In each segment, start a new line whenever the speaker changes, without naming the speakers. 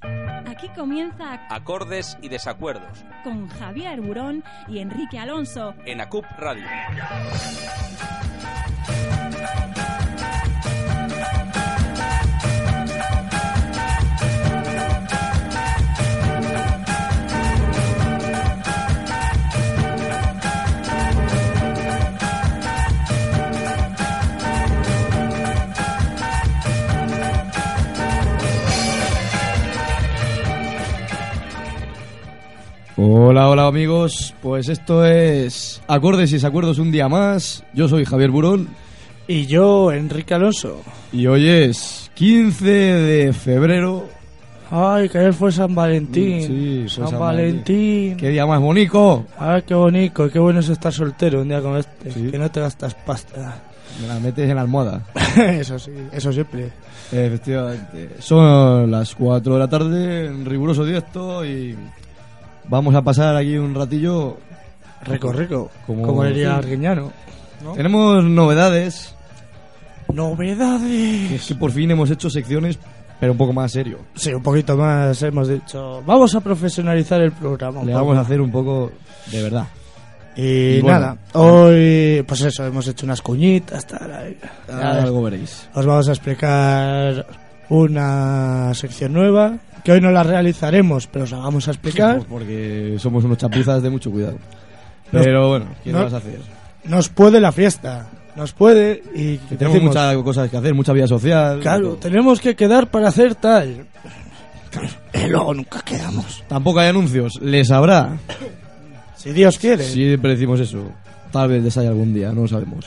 Aquí comienza
Acordes y desacuerdos
con Javier Burón y Enrique Alonso.
en ACUP Radio.
Hola, hola amigos, pues esto es Acordes y Desacuerdos un día más. Yo soy Javier Burón
Y yo, Enrique Alonso.
y hoy es 15 de febrero.
Ay, que ayer fue San Valentín.
Sí, fue
San,
San
Valentín.
¡Qué día más bonito!
Ay, qué bonito, qué bueno es estar soltero un día como este.
Sí.
Que no te gastas pasta.
Me la metes en la almohada.
eso sí, eso siempre.
Efectivamente. Son las 4 de la tarde, en riguroso directo y vamos a pasar aquí un ratillo.
Rico, rico.
Como-
Como diría
sí.
Arguiñano. ¿no?
Tenemos novedades, que
Novedades.
es que por fin hemos hecho secciones, pero un poco más serio.
Sí, un poquito más hemos dicho. Vamos a profesionalizar el programa. un
Le
poco.
vamos a hacer un poco de verdad.
Y
Bueno.
nada, hoy, pues eso, hemos hecho unas cuñitas. Tal, ahí.
Algo veréis.
Os vamos a explicar una sección nueva, que hoy no la realizaremos, pero os la vamos a explicar.
Porque somos unos chapuzas de mucho cuidado. Pero bueno, ¿qué
no-
vas a hacer?
Nos puede la fiesta, nos puede y
Que tenemos
decimos,
muchas cosas que hacer, mucha vida social.
Claro,
todo.
tenemos que quedar para hacer tal. Y luego nunca quedamos.
Tampoco hay anuncios, les habrá.
Si Dios quiere.
Siempre decimos eso. Tal vez les haya algún día, no lo sabemos.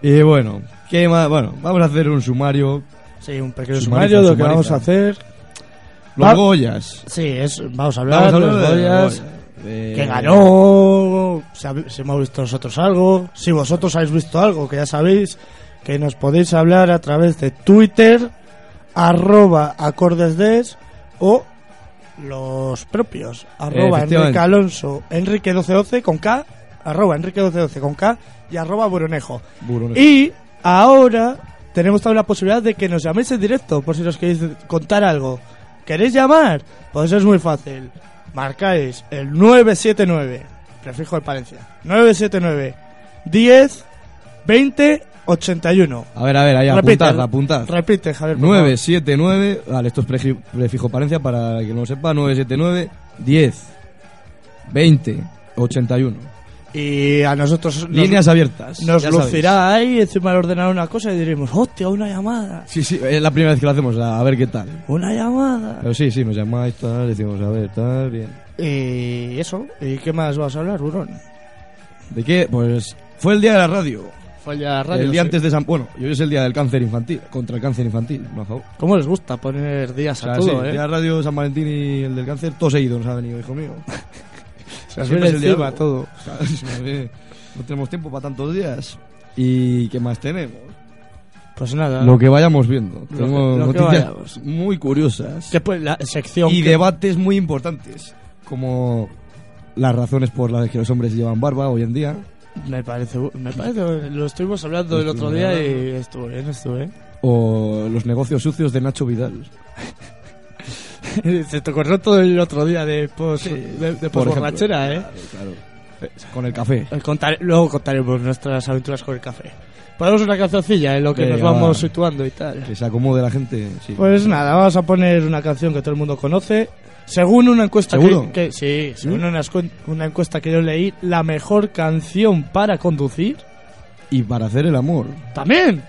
Y bueno, ¿qué más? Bueno, vamos a hacer un sumario.
Sí, un pequeño
Sumariza,
sumario de lo que
sumariza.
vamos a hacer.
Los
Va-
Goyas.
Sí, es, vamos a
Vamos
hablar
a
de los
hablar de los Eh,
Goyas,
Goya, de-
que ganó, si, hab- si hemos visto nosotros algo, si vosotros habéis visto algo, que ya sabéis, que nos podéis hablar a través de Twitter, arroba acordesdes o los propios, arroba
Efectivamente.
Enrique Alonso, Enrique 1212 con K, arroba Enrique 1212 con K y arroba Buronejo.
Burones.
Y ahora tenemos también la posibilidad de que nos llaméis en directo por si nos queréis contar algo. ¿Queréis llamar? Pues es muy fácil. Marcáis el 979, prefijo de Palencia. 979 10 20 81.
A ver, a ver, ahí
Repite,
apuntad, apuntad.
Repite, Javier. por
979, vale, esto es preji- prefijo Palencia para el que no lo sepa, 979 10 20 81.
favor. Y a nosotros nos-
Líneas abiertas.
nos,
ya sabéis.
lucirá ahí encima del ordenador una cosa y diremos, hostia, una llamada,
Sí, sí, es la primera vez que lo hacemos, a ver qué tal.
una llamada.
Pero sí, sí, nos llamáis, tal, decimos, a ver, tal, bien.
Y eso, ¿y qué más vas a hablar, Burón?
¿De qué? Pues fue el día de la radio.
Fue el día de la
el día
sí.
antes de San... Bueno, hoy es el día del cáncer infantil, contra el cáncer infantil, no a favor.
¿Cómo les gusta poner días
O sea,
a todo,
sí,
eh?
el día de la radio San Valentín y el del cáncer, todo seguido nos ha venido, hijo mío.
Se les
Siempre
viene
es el día
encima
del-
todo.
O sea, es que no tenemos tiempo para tantos días. ¿Y qué más tenemos?
Pues nada.
Lo que vayamos viendo.
que-
Tenemos
lo que
noticias
vayamos.
muy curiosas.
que pues la sección
y
que-
debates muy importantes, como las razones por las que los hombres llevan barba hoy en día,
me parece me parece lo estuvimos hablando
Lo
el otro
estuvimos
día y
hablando.
estuvo bien, estuvo bien.
o los negocios sucios de Nacho Vidal.
Se te corrió todo el otro día de pos de, de
por
posborrachera, eh.
ejemplo. Claro, claro. Eh, Con el café.
Eh, contar- luego contaremos nuestras aventuras con el café. Ponemos una cancioncilla en lo que
Venga,
nos vamos
va.
situando y tal.
Que se acomode la gente. sí.
Pues nada, vamos a poner una canción que todo el mundo conoce. Según una encuesta
¿Seguro?
que, que- sí, según una, escu- una encuesta que yo leí, la mejor canción para conducir
Y para hacer el amor.
también.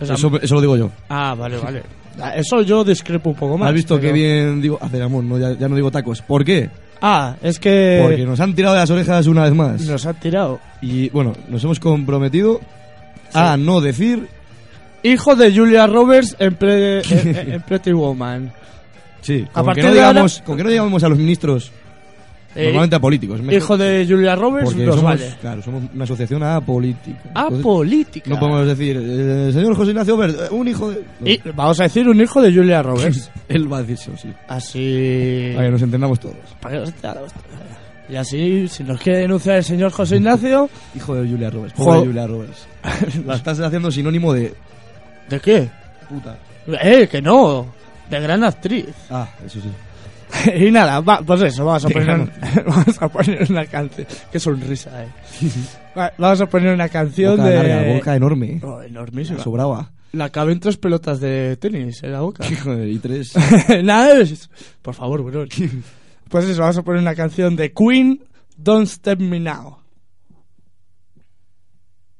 O sea,
Eso, eso lo digo yo.
Ah, vale, vale. Ah, Eso yo discrepo un poco más.
¿Has visto
pero-
qué bien digo hacer amor? No, ya, ya no digo tacos. ¿Por qué?
Ah, es que
Porque nos han tirado de las orejas una vez más.
nos han tirado.
Y bueno, nos hemos comprometido a no decir.
Hijo de Julia Roberts en, Pre- en- en- en Pretty Woman.
Sí,
A
con,
partir
que no
de ahora-
digamos, con que no digamos a los ministros,
Eh,
normalmente a políticos. mejor.
hijo de Julia Roberts
Porque
nos
somos,
vale. Ah, pues,
claro, somos una asociación apolítica. Entonces,
Apolítica.
No podemos decir, eh, señor José Ignacio Verde, un hijo de... No.
Y vamos a decir un hijo de Julia Roberts.
Él va a decir eso, sí.
Eh. Así.
Para que nos entendamos todos.
Para que no se te haga esto. Y así, si nos quiere denunciar el señor José Ignacio.
Hijo de Julia Roberts. Pobre
Jo-
Julia Roberts. La estás haciendo sinónimo de
¿De qué?
puta.
Eh, que no. De gran actriz.
Ah, eso sí.
y nada, va, pues eso, vamos a,
Venga,
poner, un- vamos a poner una canción. Qué sonrisa, eh. Va- vamos a poner una canción
Boca
de.
larga, boca enorme.
Oh, enormísima.
Sobraba.
La caben tres pelotas de tenis en la boca.
Joder, y tres.
Nada, es- por favor, bro. Pues eso, vamos a poner una canción de Queen, Don't Step Me Now.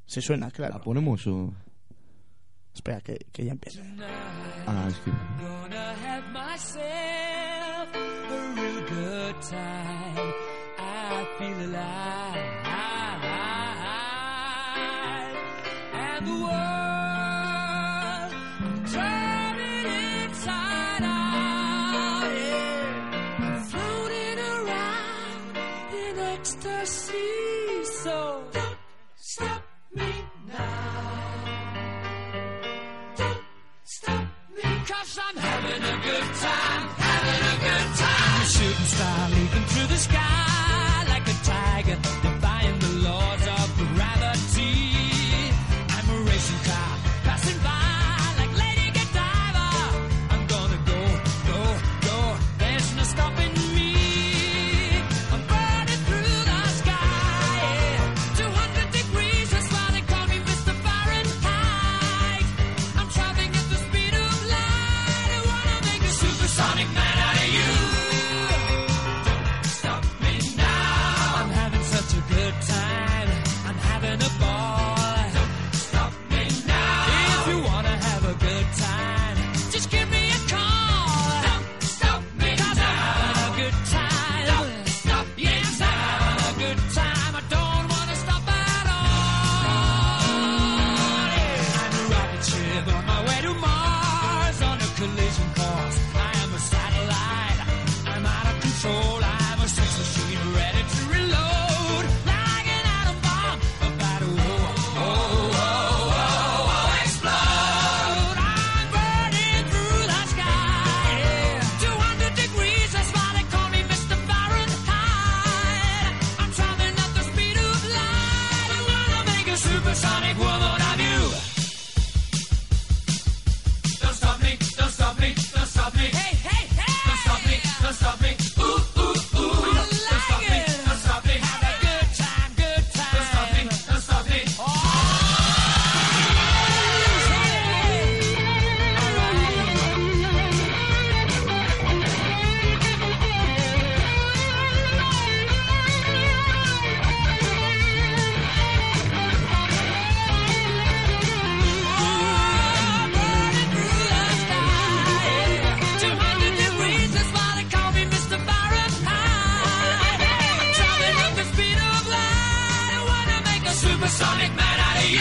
Si suena,
¿La
claro.
ponemos o.?
Espera, que, que ya empiece.
Ah, es que.
Gonna have myself a real good time. I feel alive. And the world turning inside out. Yeah. I'm floating around in ecstasy. So don't stop me now. Don't stop me, cause I'm having a good time, having a good time. A shooting star leaping through the sky like a tiger, defying the laws of gravity. I'm a racing car passing by like Lady Godiva. I'm gonna go, go, go, there's no stopping me. I'm burning through the sky, yeah. 200 degrees, that's why they call me Mr. Fahrenheit. I'm traveling at the speed of light. I wanna make a supersonic man out of you. Don't stop me now. I'm having such a good time. I'm having a ball. Don't stop me now. If you wanna have a good time, just give me a call. Don't stop me now. I'm having a good time. Don't stop me yes, now. I'm having a good time. I don't wanna stop at all. Yeah. I'm a rocket ship on my way to Mars on a collision course. I am a satellite. I'm out of control. I'm a sex machine ready to reload. Like an atom bomb. I'm about to oh, oh, oh, oh, oh, explode. I'm burning through the sky. Yeah. 200 degrees. That's why they call me Mr. Fahrenheit. I'm traveling at the speed of light. I wanna make a supersonic woman of you. Don't stop me, don't stop me, don't stop me. Hey, hey, hey! Don't stop me, don't stop me. Ooh, ooh, ooh. I like don't stop it. me, don't stop me. Have a good time, good time. Oh, Don't stop me, don't stop me. oh, Supersonic man out of you.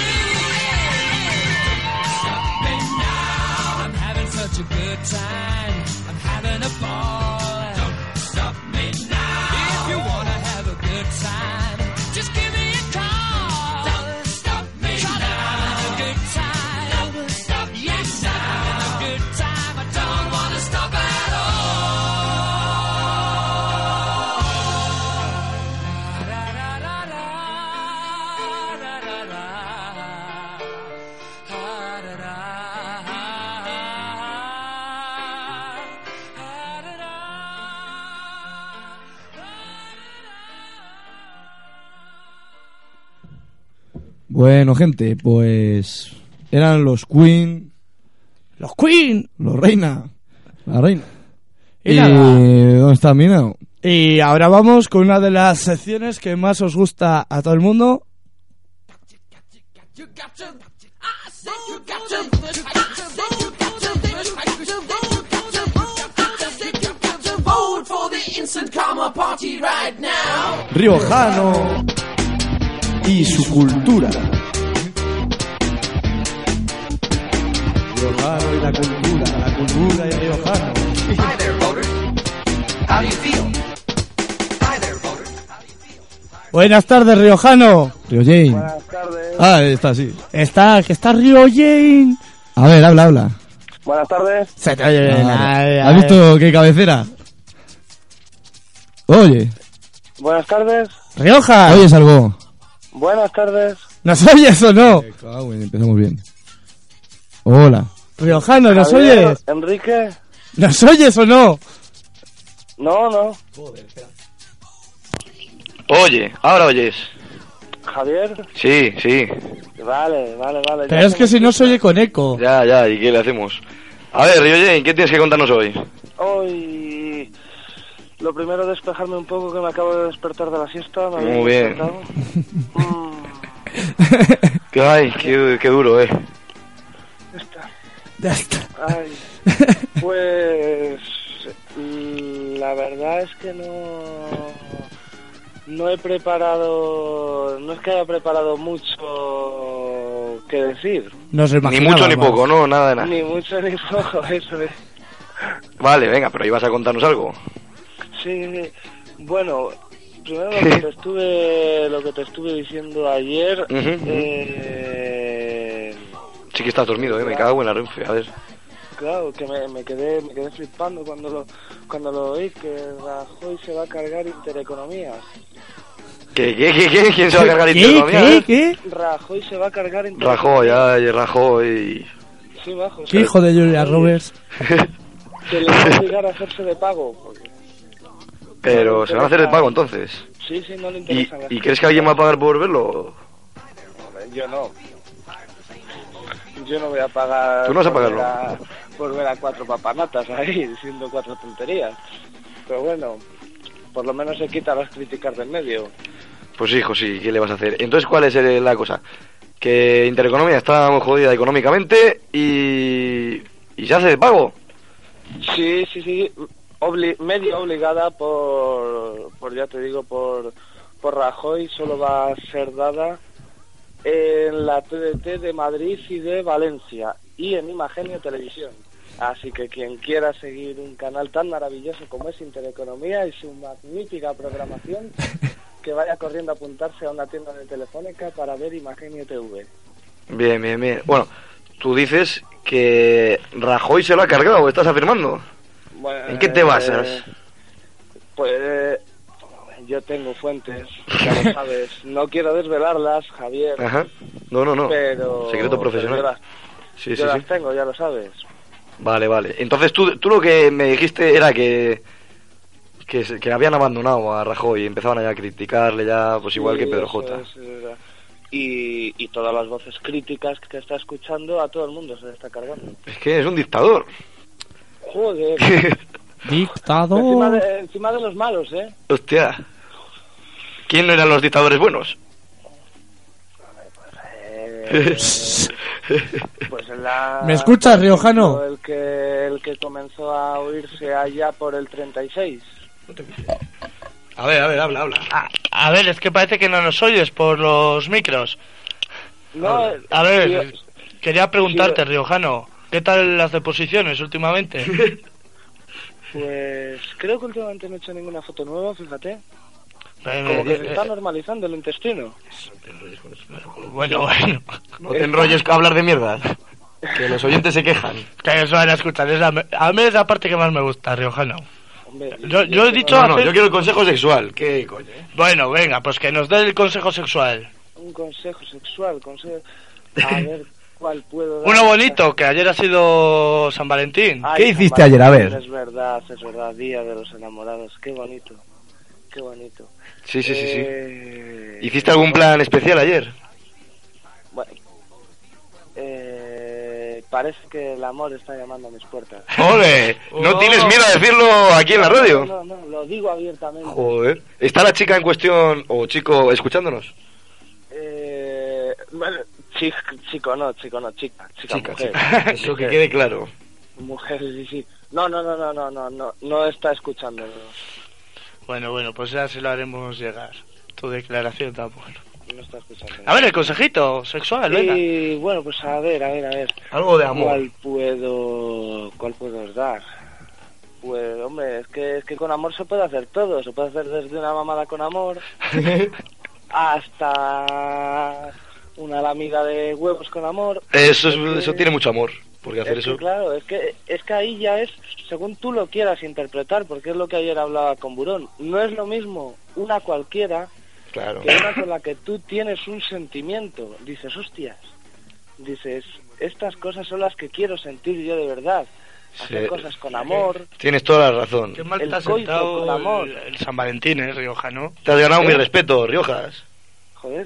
Stop me now. I'm having such a good time. I'm having a ball. Don't stop me now. If you wanna have a good time, just give me a call. Don't stop me now. I'm having a good time. Don't stop yes now. I'm having a good time. I don't wanna stop at all.
Bueno, gente, pues. Eran los Queen,
¡Los Queen!
los Reina. La Reina.
Y
¿Y
nada.
dónde está Minao?
Y ahora vamos con una de las secciones que más os gusta a todo el mundo.
Riojano y su cultura. Riojano y la cultura, la cultura y Riojano.
Hi there, voters. How do you feel? Hi there, voters.
Buenas tardes, Riojano.
Rio Jane. Ah, está, sí.
Está, que está Rio Jane.
A ver, habla, habla.
Buenas tardes.
Se te
Eh,
oye bien. ay,
Vale.
ay.
Ah, ¿Has visto qué cabecera? Oye,
Buenas tardes.
Rioja,
oye, Salvo.
Buenas tardes.
¿nos oyes o no?
Me cago en- Empezamos bien. Hola.
Riojano, ¿nos
Javier,
oyes?
Enrique.
¿Nos oyes o no?
No, no.
Oye, ahora oyes.
Javier.
Sí, sí.
Vale, vale, vale.
Pero
ya
es que
sé.
si no se oye con eco.
Ya, ya, ¿y qué le hacemos? A ver, Rioyen, ¿qué tienes que contarnos hoy?
Hoy. Lo primero, despejarme un poco, que me acabo de despertar de la siesta. me había
Muy bien.
despertado. Mm,
Ay, qué, qué duro, eh.
esta,
Ya está.
ay. Pues. mm, La verdad es que no. No he preparado. No es que haya preparado mucho que decir.
No se
Ni
imaginaba
mucho ni
más.
poco, no, nada de nada.
Ni mucho ni poco, eso es.
Vale, venga, pero ibas a contarnos algo.
Sí, sí. bueno, primero lo que te estuve, lo que te estuve diciendo ayer,
Ujú, ujú.
eh,
Sí que estás dormido, eh, me cago en la renfe, a ver.
claro, que me, me quedé, me quedé flipando cuando lo, cuando lo oí, que Rajoy se va a cargar Intereconomía.
¿Qué, qué, qué, qué? ¿Quién se va a cargar
¿Qué?
Intereconomía?
¿Qué? ¿Qué?
¿eh?
Rajoy se va a cargar Intereconomía.
Rajoy, ay, Rajoy.
Sí, bajo.
¿Qué hijo de Julia Roberts?
Que le va a obligar a hacerse de pago. porque-
Pero se van a hacer el pago entonces.
Sí, sí, no le
¿Y,
interesa.
y crees que alguien va a pagar por verlo?
Yo no. Yo no voy a pagar.
Tú no vas a
por ver
pagarlo.
a- Por ver a cuatro papanatas ahí diciendo cuatro tonterías. Pero bueno, por lo menos se quita las críticas del medio.
Pues hijo, sí, ¿qué le vas a hacer? Entonces, ¿cuál es eh, la cosa? Que Intereconomía está muy jodida económicamente y... y se hace de pago.
Sí, sí, sí. Obli- medio obligada por, por, ya te digo, por, por Rajoy, solo va a ser dada en la TDT de Madrid y de Valencia y en Imagenio Televisión. Así que quien quiera seguir un canal tan maravilloso como es Intereconomía y su magnífica programación, que vaya corriendo a apuntarse a una tienda de Telefónica para ver Imagenio TV.
Bien, bien, bien. Bueno, tú dices que Rajoy se lo ha cargado, estás afirmando.
Bueno,
¿En qué te
eh,
basas?
Pues eh, yo tengo fuentes, ya lo sabes. No quiero desvelarlas, Javier.
Ajá. No, no, no.
Pero.
Secreto
pero yo
profesional.
las,
Sí, sí,
yo
sí.
las tengo, ya lo sabes.
Vale, vale. Entonces tú, tú lo que me dijiste era que, que se- que habían abandonado a Rajoy y empezaban ya a criticarle ya, pues igual
Sí,
que Pedro
eso
J.
es, eh, y, y todas las voces críticas que está escuchando, a todo el mundo se le está cargando.
Es que es un dictador.
Joder. encima,
Dictador.
de, encima de los malos, ¿eh?
Hostia. ¿Quién no eran los dictadores buenos?
Eh, Pues la...
¿Me escuchas, Riojano?
El que, el que comenzó a oírse allá por el 36.
a ver, a ver, habla, habla.
A, a ver, es que parece que no nos oyes por los micros.
No,
Ah,
A ver,
sí,
quería preguntarte,
sí,
Riojano, ¿qué tal las deposiciones últimamente?
pues creo que últimamente no he hecho ninguna foto nueva, fíjate.
Eh,
Como que
eh,
se está normalizando el intestino.
bueno, bueno.
No te enrolles a hablar de mierda. Que los oyentes se quejan.
Que eso van a escuchar. Es la me- a mí es la parte que más me gusta, Riojano.
Hombre,
Yo- yo he dicho-
No, no, yo quiero el consejo sexual. ¿Qué coño? eh?
Bueno, venga, pues que nos dé el consejo sexual.
Un consejo sexual, consejo... A ver cuál puedo dar.
Uno bonito, que ayer ha sido San Valentín.
Ay,
¿Qué hiciste
San
ayer? A
Valentín,
ver.
Es verdad, es verdad, Día de los Enamorados. Qué bonito, qué bonito.
Sí, sí, sí, sí.
Eh,
¿Hiciste algún plan especial ayer?
Bueno, eh, parece que el amor está llamando a mis puertas.
¡Ole! ¿No tienes miedo a decirlo aquí en la radio?
No, no, no, lo digo abiertamente.
Joder. ¿Está la chica en cuestión o chico escuchándonos?
Eh, bueno, chico, chico, no, chico, no, chica, chica,
Chica,
mujer.
chica. Eso que quede claro.
Mujer, sí, sí. No, no, no, no, no, no, no, no está escuchando. No,
Bueno, bueno, pues ya se lo haremos llegar. Tu declaración tan buena.
no está escuchando.
Ah,
A ver, el consejito sexual, venga.
Y bueno, pues a ver, a ver, a ver.
Algo de
¿Cuál puedo, cuál puedo os dar? Pues, hombre, es que, es que con amor se puede hacer todo. Se puede hacer desde una mamada con amor hasta una lamida de huevos con amor.
Eso, es-
Es que-
eso tiene mucho amor. Porque hacer
Es que,
eso...
claro, es que, es que ahí ya es según tú lo quieras interpretar, porque es lo que ayer hablaba con Burón. No es lo mismo una cualquiera
Claro.
que una con la que tú tienes un sentimiento. Dices, hostias. Dices, estas cosas son las que quiero sentir yo de verdad. hacer
Sí.
cosas con amor.
Tienes toda la razón.
Qué Eh, mal
El
te has
coito
sentado
con amor.
el, el San Valentín, ¿eh, Rioja, no?
Te has ganado mi
¿Eh?
respeto, Riojas.
Joder,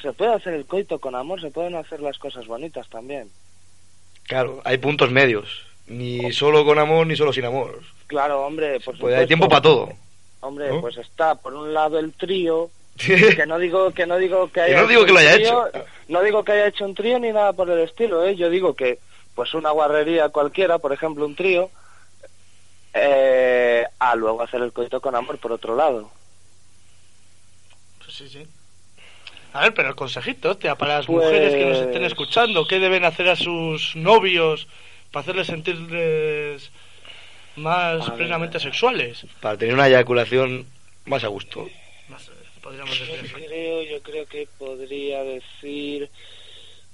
se puede hacer el coito con amor, se pueden hacer las cosas bonitas también.
Claro, hay puntos medios. Ni solo con amor, ni solo sin amor.
Claro, hombre, por
Pues hay
supuesto.
tiempo para todo.
Hombre,
¿no?
pues está por un lado el trío, que no digo que no digo que haya
no digo
hecho
que lo
un
haya
trío,
hecho.
no digo que haya hecho un trío ni nada por el estilo ¿eh? yo digo que pues una guarrería cualquiera por ejemplo un trío eh, a luego hacer el coito con amor por otro lado
Pues sí, sí. A ver, pero el consejito, hostia, para las
Pues-
mujeres que nos estén escuchando, ¿qué deben hacer a sus novios para hacerles sentirles más
A ver.
plenamente sexuales?
Para tener una eyaculación más a gusto.
Más, eh, podríamos decir así.
creo yo creo que podría decir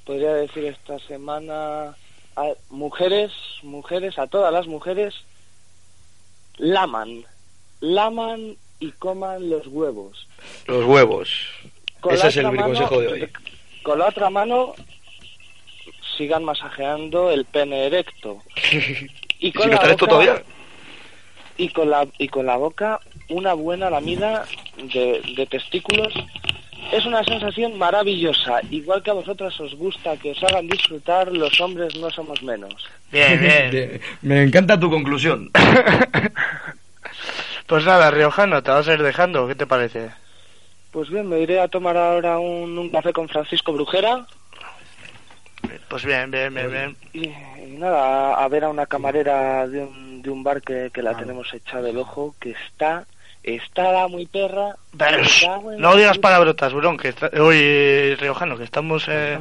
podría decir esta semana a mujeres mujeres a todas las mujeres laman laman y coman los huevos
Los huevos.
Con
Ese
la
es el
otra
consejo de
mano-
hoy.
Con la otra mano sigan masajeando el pene erecto. Y
¿Y si no está esto todavía?
Y con la y con la boca una buena lamida de, de testículos es una sensación maravillosa. Igual que a vosotras os gusta que os hagan disfrutar, los hombres no somos menos.
Bien, bien.
Me encanta tu conclusión.
Pues nada, Riojano, te vas a ir dejando, ¿qué te parece?
Pues bien, me iré a tomar ahora un, un café con Francisco Brujera
Pues bien, bien, bien, bien.
y, y nada, a, a ver a una camarera de un, de un bar que, que la tenemos echada del ojo, que está, está muy perra.
Pero,
Me
shh,
cago en
no
la
digas
puta.
palabrotas, burón, que está... Oye, Riojano, que estamos... eh,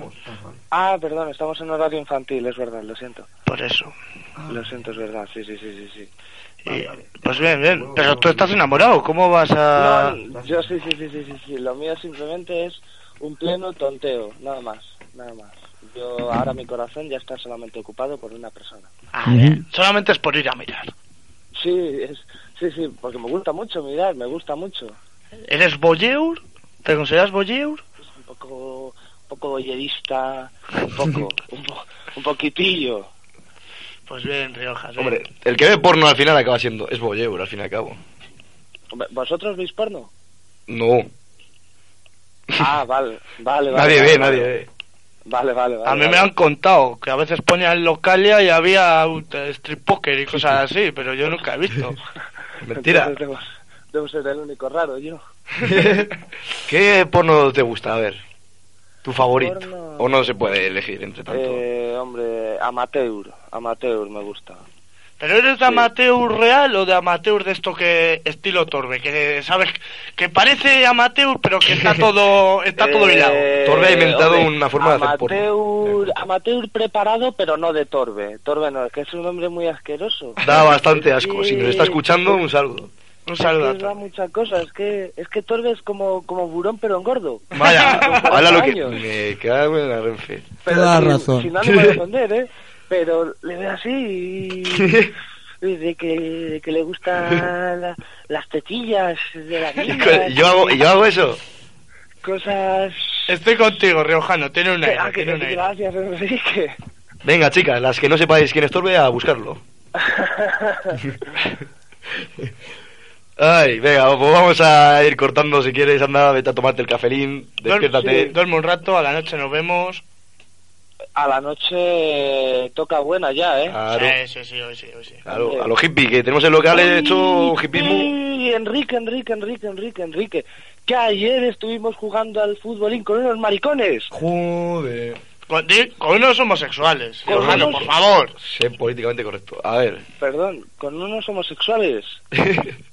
Ah, perdón, estamos en horario infantil, es verdad, lo siento.
Por eso.
Lo siento, es verdad, sí, sí, sí, sí. sí.
Y- Pues bien, bien. Pero tú estás enamorado, ¿cómo vas a...?
No, yo sí, sí, sí, sí, sí, sí, lo mío simplemente es un pleno tonteo, nada más, nada más. Yo ahora mi corazón ya está solamente ocupado por una persona.
A ver, solamente es por ir a mirar.
Sí, es, sí, sí, porque me gusta mucho mirar, me gusta mucho.
¿Eres boyeur? ¿Te consideras boyeur?
un poco un poco boyerista, un poco, un, po- un poquitillo.
Pues bien, Riojas. bien.
Hombre, el que ve porno al final acaba siendo. Es voyeur al fin y al cabo.
Hombre, ¿Vosotros veis porno?
No.
Ah, vale, vale, vale.
nadie
vale, vale.
ve, nadie ve.
Vale, vale, vale.
A mí me
vale.
han contado que a veces ponían localia y había un- eh, strip poker y cosas así, pero yo nunca he visto.
Mentira.
Entonces Debo, debo ser el único raro yo.
¿Qué porno te gusta? A ver. Tu favorito.
Porno.
O no se puede elegir entre tanto.
Eh, hombre, amateur, amateur me gusta.
¿Pero eres de amateur real o de amateur de esto que estilo torbe? Que sabes que parece amateur, pero que está todo está todo
Eh,
hilado.
Torbe ha inventado una forma de hacer
amateur,
porno.
Amateur preparado, pero no de Torbe. Torbe no, es que es un hombre muy asqueroso.
Da bastante asco. Si nos está
Sí.
escuchando, un saludo.
Un
Es
saludo. a
que da
todos.
muchas cosas, es que, es que Torbe es como, como burón pero engordo.
Vaya, habla lo que.
años.
Me cago en la renfe.
Toda
sin-
razón.
Sin ánimo de ofender, ¿eh? Pero le ve así y... y de que, de que le gustan la- las tetillas de las
Y
niñas.
co- y yo hago, y yo hago eso.
Cosas...
Estoy contigo, Riojano. Tiene un
que-
aire.
ah, que-
tiene un aire.
gracias, Enrique.
Venga, chicas, las que no sepáis quién es Torbe, a buscarlo. Ay, venga, pues vamos a ir cortando si quieres. Anda, vete a tomarte el cafelín,
Duer-
despiértate.
sí, duerme un rato, a la noche nos vemos.
A la noche toca buena ya, ¿eh?
Claro,
Sí, sí, sí, hoy sí, hoy sí.
claro, a los hippies, que tenemos el local hecho hippismo.
Sí, Enrique, Enrique, Enrique, Enrique, Enrique. Que ayer estuvimos jugando al futbolín con unos maricones.
Joder,
Con, di- con unos homosexuales.
Con
Riojano,
unos-
por favor.
sé políticamente correcto. A ver,
Perdón, con unos homosexuales.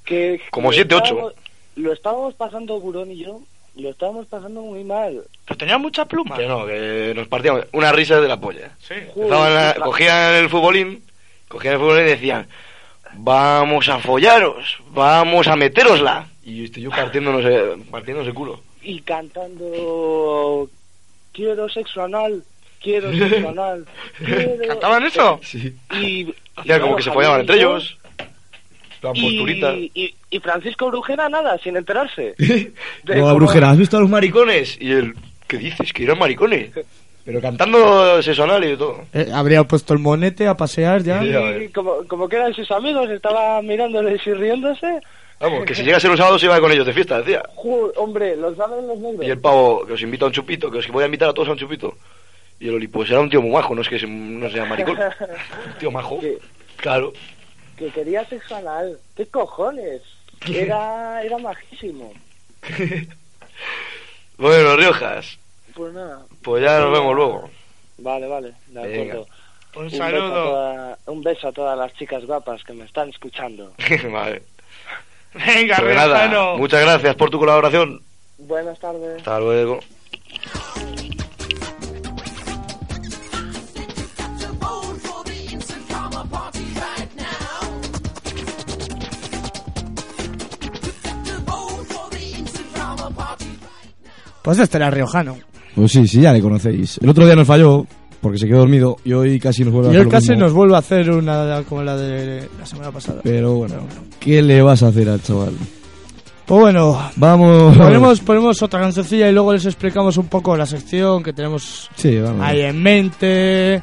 que
Como
lo
siete, ocho.
estábamos- Lo estábamos pasando, Burón y yo, lo estábamos pasando muy mal.
Pero tenía mucha pluma.
que no, que nos partíamos. Una risa de la polla.
Sí.
Empezaban a- cogían el futbolín, cogían el futbolín y decían, vamos a follaros, vamos a meterosla. Y estoy yo partiéndonos el, partiéndonos el culo.
Y cantando... Quiero sexo anal, quiero sexo anal, quiero...
¿Cantaban eso?
Sí.
Y...
Hacían
claro,
como que se
Javier
follaban
y
entre
yo,
ellos. Plan posturita.
Y, y- y Francisco Brujera nada, sin enterarse.
No, brujera, ¿has visto a los maricones?
maricones. Y el, ¿qué dices? Que eran maricones. Pero cantando sesonal y de todo.
Eh, habría puesto el monete a pasear ya.
Y como, como que eran sus amigos, estaba mirándoles y riéndose.
Vamos, que si llega a ser un sábado se iba con ellos de fiesta, decía.
Ju- hombre, los saben los negros.
Y el pavo, que os invito a un chupito, que os voy a invitar a todos a un chupito. Y el Oli, pues era un tío muy majo, no es que se- no sea maricón. tío majo.
Que,
Claro.
que quería sexo anal. ¿Qué cojones? Era, era majísimo.
Bueno, Riojas,
Pues nada.
pues ya nos vemos luego.
Vale, vale, de
Venga.
acuerdo.
Un
beso a
saludo.
toda- un beso a todas las chicas guapas que me están escuchando.
vale.
Venga,
Pues nada,
Riojano.
muchas gracias por tu colaboración.
Buenas tardes.
Hasta luego.
Pues este era riojano.
Pues sí, sí, ya le conocéis. El otro día nos falló porque se quedó dormido y hoy casi nos vuelve a
Y
hacer
él
lo
casi
mismo.
nos vuelve a hacer una como la de la semana pasada.
Pero bueno, ¿qué le vas a hacer al chaval?
Pues bueno,
Vamos.
ponemos, ponemos otra cancioncilla y luego les explicamos un poco la sección que tenemos
Sí, vamos.
ahí en mente.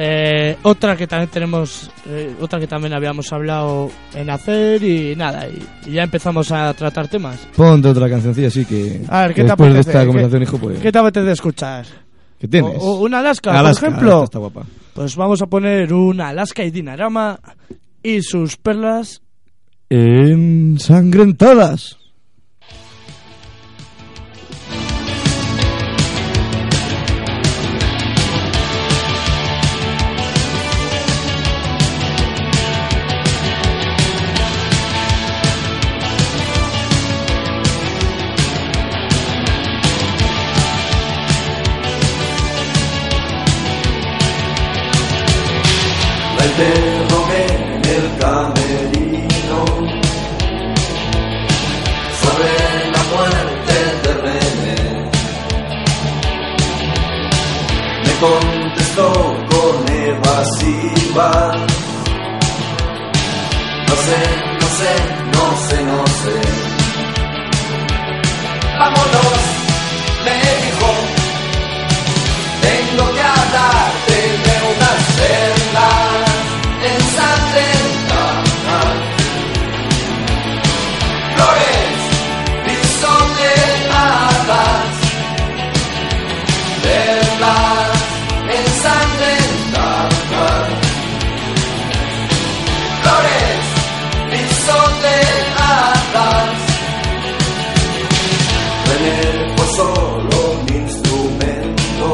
Eh, otra que también tenemos, eh, otra que también habíamos hablado en hacer y nada, y, y ya empezamos a tratar temas.
Ponte otra cancioncilla así que.
A ver, ¿qué
que
te
Después de
apetece?
esta
¿Qué-
conversación, hijo, pues.
¿Qué te apetece escuchar?
¿Qué tienes?
O- o un Alaska,
Alaska,
por ejemplo.
esta Está guapa.
Pues vamos a poner un Alaska y Dinarama y sus perlas.
Ensangrentadas.
La enterromé en el camerino sobre la muerte de René. Me contestó con evasiva. No sé, no sé, no sé, no sé. Vámonos, me dijo. Tengo que hablarte de unas perlas ensangrentadas. Flores pisoteadas. Perlas ensangrentadas. Flores pisoteadas. René fue solo mi instrumento,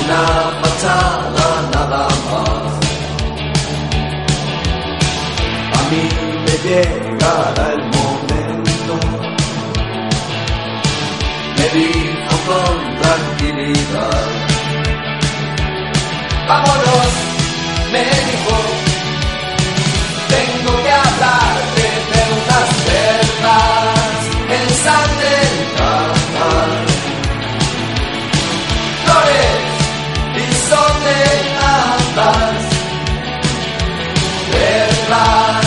una fachada nada más. A mí me llegará el momento, me dijo con tranquilidad. Vámonos, me dijo tengo que hablarte de unas perlas ensangrentadas. Flores pisoteadas, perlas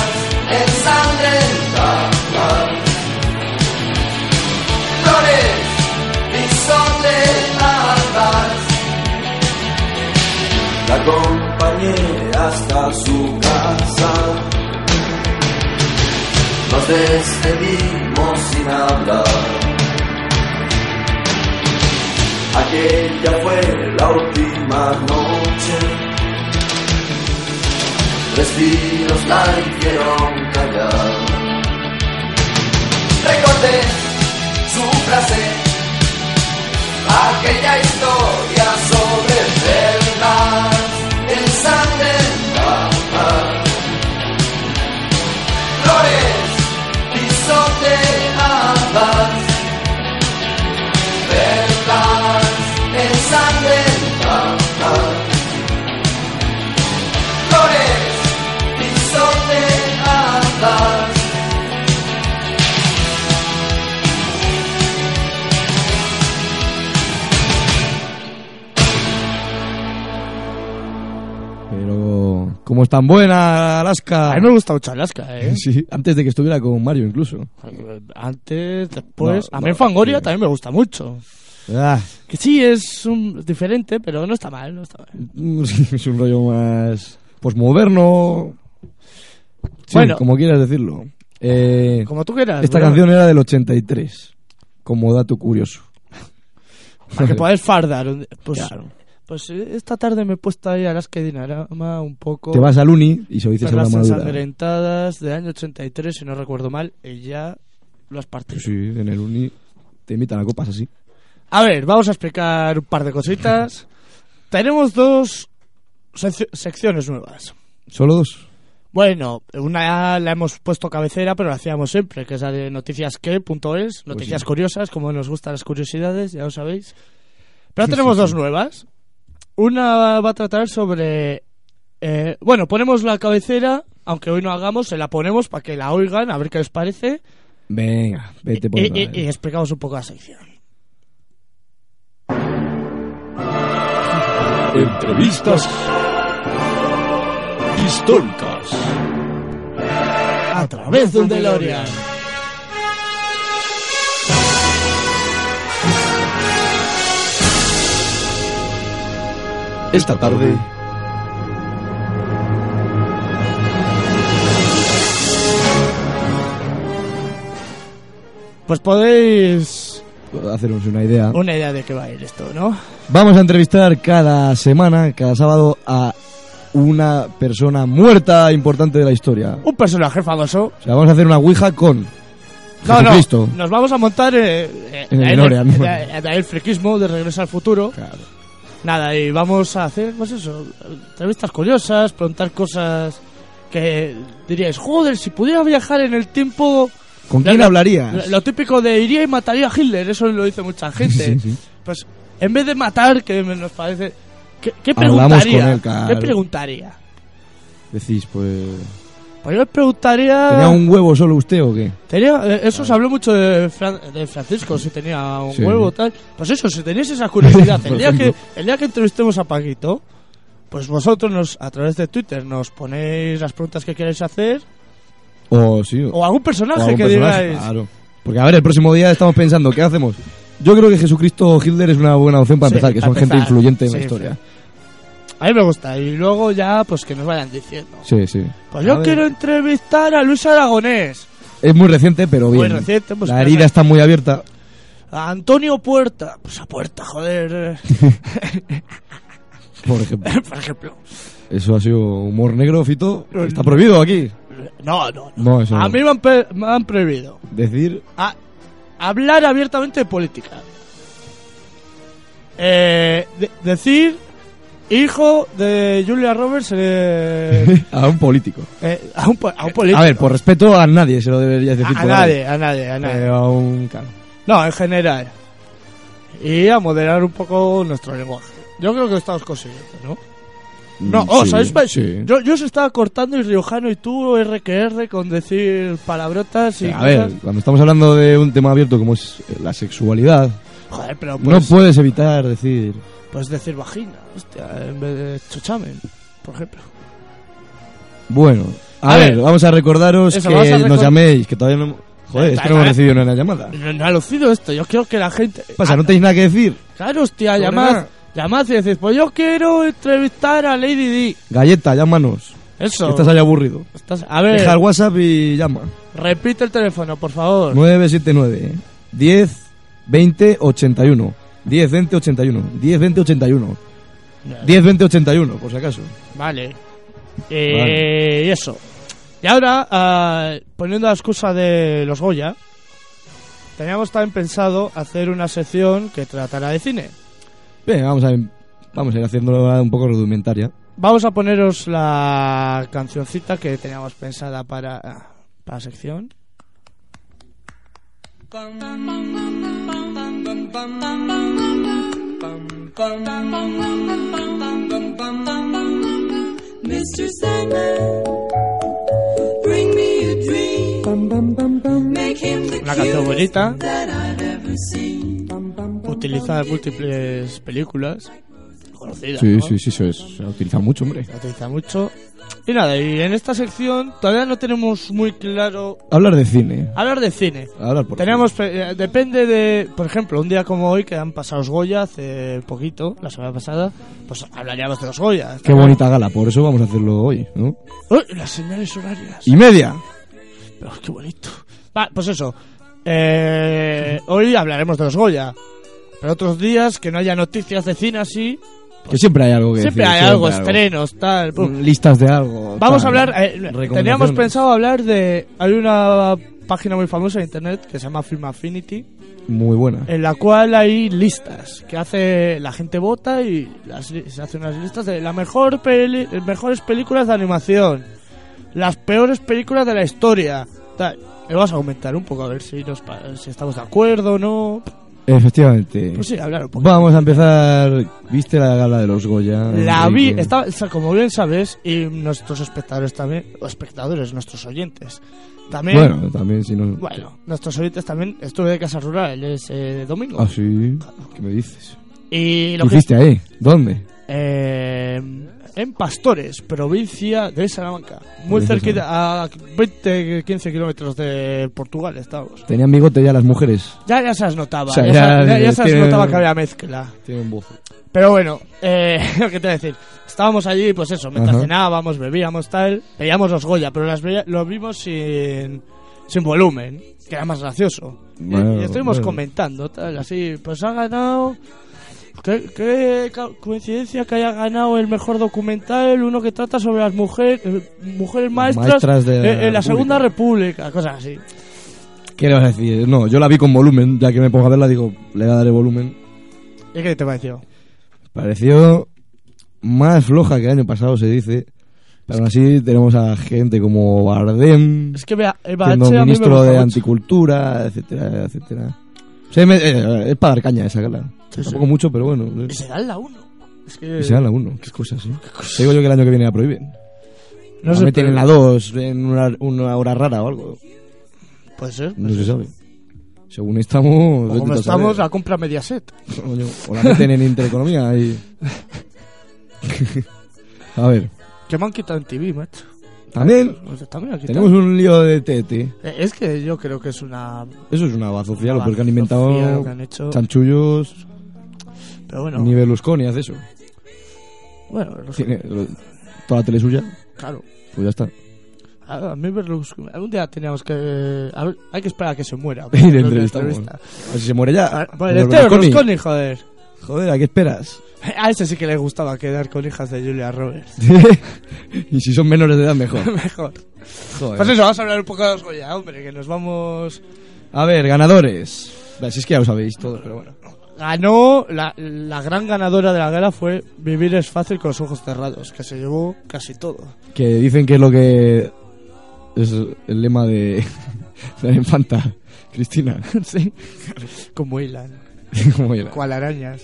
ensangrentadas. Flores pisoteadas, la acompañé hasta su casa. Nos despedimos sin hablar. Aquella fue la última noche. Respiros la hicieron callar. Recordé su frase aquella historia sobre perlas ensangrentadas, flores pisoteadas, perlas ensangrentadas, flores pisoteadas.
Pero. ¿Cómo es tan buena Alaska?
A mí me gusta mucho Alaska, ¿eh?
Ah. Sí, antes de que estuviera con Mario incluso.
Antes, después.
No,
a mí
no,
Fangoria
sí.
también me gusta mucho.
Ah,
Que sí, es un, diferente, pero no está mal, no está mal.
Mm, es un rollo más. Pues moderno. Sí,
Bueno.
como quieras decirlo. Eh,
Como tú quieras.
esta
bro.
canción era del 83. Como dato curioso.
Para que puedas fardar. un- Pues,
Claro.
pues eh, esta tarde me he puesto ahí a las que dinarama un poco.
Te vas al uni y se lo dices a una
Perlas
madura.
ensangrentadas del año 83, si no recuerdo mal, y ya lo has partido.
Pues Sí, en el uni te invitan a copas así.
A ver, vamos a explicar un par de cositas. Tenemos dos sec- secciones nuevas.
Solo dos.
Bueno, una la hemos puesto cabecera, pero la hacíamos siempre, que es la de noticiasque.es, noticias
Pues sí.
curiosas, como nos gustan las curiosidades, ya lo sabéis. Pero
Sí,
tenemos
sí,
dos
sí.
nuevas. Una va a tratar sobre... eh, bueno, ponemos la cabecera, aunque hoy no hagamos, se la ponemos para que la oigan, a ver qué les parece.
Venga, vete por
Y,
otra
y-
vez.
y explicamos un poco la sección.
Entrevistas históricas.
A través de un DeLorean.
Esta tarde.
Pues podéis
Haceros una idea.
una idea de qué va a ir esto, ¿no?
Vamos a entrevistar cada semana, cada sábado, a una persona muerta importante de la historia.
Un personaje famoso.
O sea, vamos a hacer una ouija con
No, no,
Jesucristo.
nos vamos a montar eh, eh,
En el
ahí
DeLorean.
eh, ahí el, friquismo de Regreso al Futuro.
Claro.
Nada, y vamos a hacer, pues eso, entrevistas curiosas, preguntar cosas que diríais, joder, si pudiera viajar en el tiempo...
¿Con
La-
quién
la-
hablarías?
Lo, lo típico de iría y mataría a Hitler, eso lo dice mucha gente.
Ah, Sí, sí.
Pues en vez de matar, que me- nos parece... ¿Qué, qué
Hablamos
preguntaría?
con él, claro.
¿Qué preguntaría?
Decís, pues...
Pues yo les preguntaría...
¿Tenía un huevo solo usted o qué?
Tenía, eh, eso se habló mucho de, Fran- de Francisco, si tenía un
Sí.
huevo tal. Pues eso, si tenéis esa curiosidad, el
Por
día, que,
ejemplo.
el día que entrevistemos a Paquito, pues vosotros nos, a través de Twitter nos ponéis las preguntas que queréis hacer
O sí, o,
o algún personaje
algún
que
personaje,
digáis.
Claro. Porque a ver, el próximo día estamos pensando, ¿qué hacemos? Yo creo que Jesucristo o Hitler es una buena opción para
Sí,
empezar, que
para
son gente
empezar.
influyente en
Sí,
la historia.
A mí me gusta. Y luego ya, pues que nos vayan diciendo.
Sí, sí.
Pues
A
yo
ver.
quiero entrevistar a Luis Aragonés,
Es muy reciente, pero bien.
Muy reciente, pues
la
claro.
herida está muy abierta.
a Antonio Puerta. Pues a Puerta, joder.
Por ejemplo,
Por ejemplo.
eso ha sido humor negro, Fito.
Pues
Está prohibido aquí.
No, no, no.
No, eso
A
no.
mí me han pe- me han prohibido.
Decir
a hablar abiertamente de política. Eh, de- decir hijo de Julia Roberts eh,
a un político.
eh, a, un, po- a un político.
A ver, por respeto a nadie se lo debería decir. Eh.
A
por
nadie, a nadie, a nadie.
Pero a un... claro.
No, en general. Y a moderar un poco nuestro lenguaje. Yo creo que lo estamos consiguiendo, ¿no? No, oh,
Mm, Sí,
¿sabéis?
sí.
Yo, yo se estaba cortando el riojano y tú R que R con decir palabrotas y
a ver,
cosas.
cuando estamos hablando de un tema abierto como es eh, la sexualidad,
Joder, pero
no
pues,
puedes evitar decir...
pues decir vagina, hostia, en vez de chochamen, por ejemplo.
Bueno, a,
A
ver,
ver.
vamos a recordaros
Eso,
que
vamos a recor-
nos llaméis, que todavía no... hemos- Joder, es que no hemos recibido ni una llamada. ¿Qué
No, no ha lucido esto, yo quiero que la gente... ah,
pasa? ¿No tenéis nada que decir?
Claro, hostia,
Sobre
llamad,
nada.
llamad y decís, pues yo quiero entrevistar a Lady Di.
Galleta, llámanos.
Eso.
Estás ahí aburrido.
Estás- a ver,
Deja el WhatsApp y llama.
repite el teléfono, por favor.
979 10 20 81 10 20 81 10 20 81 10 20 81 por si acaso
Vale. Eh, Y eso. Y ahora, ah, poniendo la excusa de los Goya, teníamos también pensado hacer una sección que tratará de cine.
bien vamos a vamos a ir haciéndolo un poco rudimentaria
Vamos a poneros la cancioncita que teníamos pensada para, para la sección.
Mr. Sandman, bring me a dream. Make him the
Una canción
cutest
bonita,
that I've ever seen.
utilizada en múltiples películas, conocida.
sí
¿no?
sí sí eso es se ha utilizado mucho hombre
Se utiliza mucho. Y nada, y en esta sección todavía no tenemos muy claro
Hablar de cine.
hablar de cine.
Hablar por
Tenemos, eh, depende de, por ejemplo, un día como hoy que han pasado los Goya hace poquito, la semana pasada, pues hablaríamos de los Goya.
Qué bonita gala, por eso vamos a hacerlo hoy, ¿no?
¡Uy! las señales horarias.
Y media.
Pero, qué bonito. Va, pues eso. Eh, hoy hablaremos de los Goya. Pero otros días que no haya noticias de cine así,
Que siempre hay algo que
siempre
decir,
hay algo,
siempre hay
estrenos, tal. pum.
Listas de algo.
Vamos a
tal.
hablar, eh, teníamos
Recomendaciones.
pensado hablar de... Hay una página muy famosa en internet que se llama Film Affinity,
Muy buena.
en la cual hay listas que hace la gente vota y las li- se hacen unas listas de las mejor peli- mejores películas de animación, las peores películas de la historia. tal. Y vamos a comentar un poco a ver si, nos, pa- si estamos de acuerdo o no.
Efectivamente.
Pues sí, hablar un poco.
Vamos a empezar. ¿Viste la gala de los Goya?
La vi,
Enrique?
estaba, o sea, como bien sabes, y nuestros espectadores también, o espectadores, nuestros oyentes, también
Bueno, también si no.
Bueno, nuestros oyentes también estuve de casa rural ese domingo.
Ah, sí. ¿Qué me dices?
Y
¿Qué
lo que
hiciste ahí? ¿Dónde?
eh, en Pastores, provincia de Salamanca, muy
Provincia de
cerquita, a 20, 15 kilómetros de Portugal estábamos.
Tenían bigote ya las mujeres.
Ya, ya se las notaba,
O sea,
ya,
ya-
se- ya- ya se las
tiene-
notaba que había mezcla.
Tienen voz.
Pero bueno, eh, lo que te voy a decir, estábamos allí, pues eso, mientras
Ajá.
cenábamos, bebíamos, tal, veíamos los Goya, pero las veía- los vimos sin, sin volumen, que era más gracioso. Y-
Bueno,
y estuvimos
bueno.
comentando, tal, así, pues ha ganado... Qué, qué ca- coincidencia que haya ganado el mejor documental, uno que trata sobre las mujeres, mujeres maestras,
Maestras de la
en, en la Segunda República, cosas así.
¿Qué le vas a decir? No, yo la vi con volumen. Ya que me pongo a verla, digo, le daré volumen.
¿Y qué te pareció?
Pareció más floja que el año pasado, se dice. Pero aún así tenemos a gente como Bardem,
Es que vea, el
siendo
Bache a mí me
ministro
gusta
de
mucho.
Anticultura, etcétera, etcétera. Se me- eh, es para dar caña esa gala.
Sí, sí.
Tampoco mucho, pero bueno.
Y se da la 1. Es que...
Y se dan la 1, qué cosas, ¿eh? Te digo yo que el año que viene la prohíben.
No
la
sé,
meten
pero-
en la 2, en una, una hora rara o algo.
Puede ser.
No se sabe. Según estamos...
O como
Pues vete tú a
estamos,
saber.
la compra Mediaset.
Coño, O la meten en Intereconomía y... a ver,
Que me han quitado en TV, macho.
también
O sea, también han quitado.
tenemos un lío de TT.
Eh, Es que yo creo que es una.
Eso es una bazofía, lo que han
bazofía lo
inventado
que han hecho.
chanchullos,
Pero bueno,
ni Berlusconi hace eso.
bueno no sé,
Tiene lo- toda la tele suya,
claro.
pues ya está.
A a mí Berlusconi. Algún día teníamos que. a ver, hay que esperar a que se muera.
Y le
Creo que
entrevistamos.
entrevista.
A ver si se muere ya.
A ver, Bueno,
Pero
este
Berlusconi,
Berlusconi, joder.
Joder, ¿a qué esperas?
A ese sí que le gustaba quedar con hijas de Julia Roberts.
y si son menores de edad, mejor.
Mejor.
Joder.
Pues eso, vamos a hablar un poco de los Goya, hombre, que nos vamos.
A ver, ganadores. Bah, Si es que ya lo sabéis todos, pero bueno.
Ganó, la, la gran ganadora de la gala fue Vivir es fácil con los ojos cerrados, que se llevó casi todo.
Que dicen que es lo que. Es el lema de. de la infanta Cristina.
sí. Como Ilan,
Como era.
cual arañas.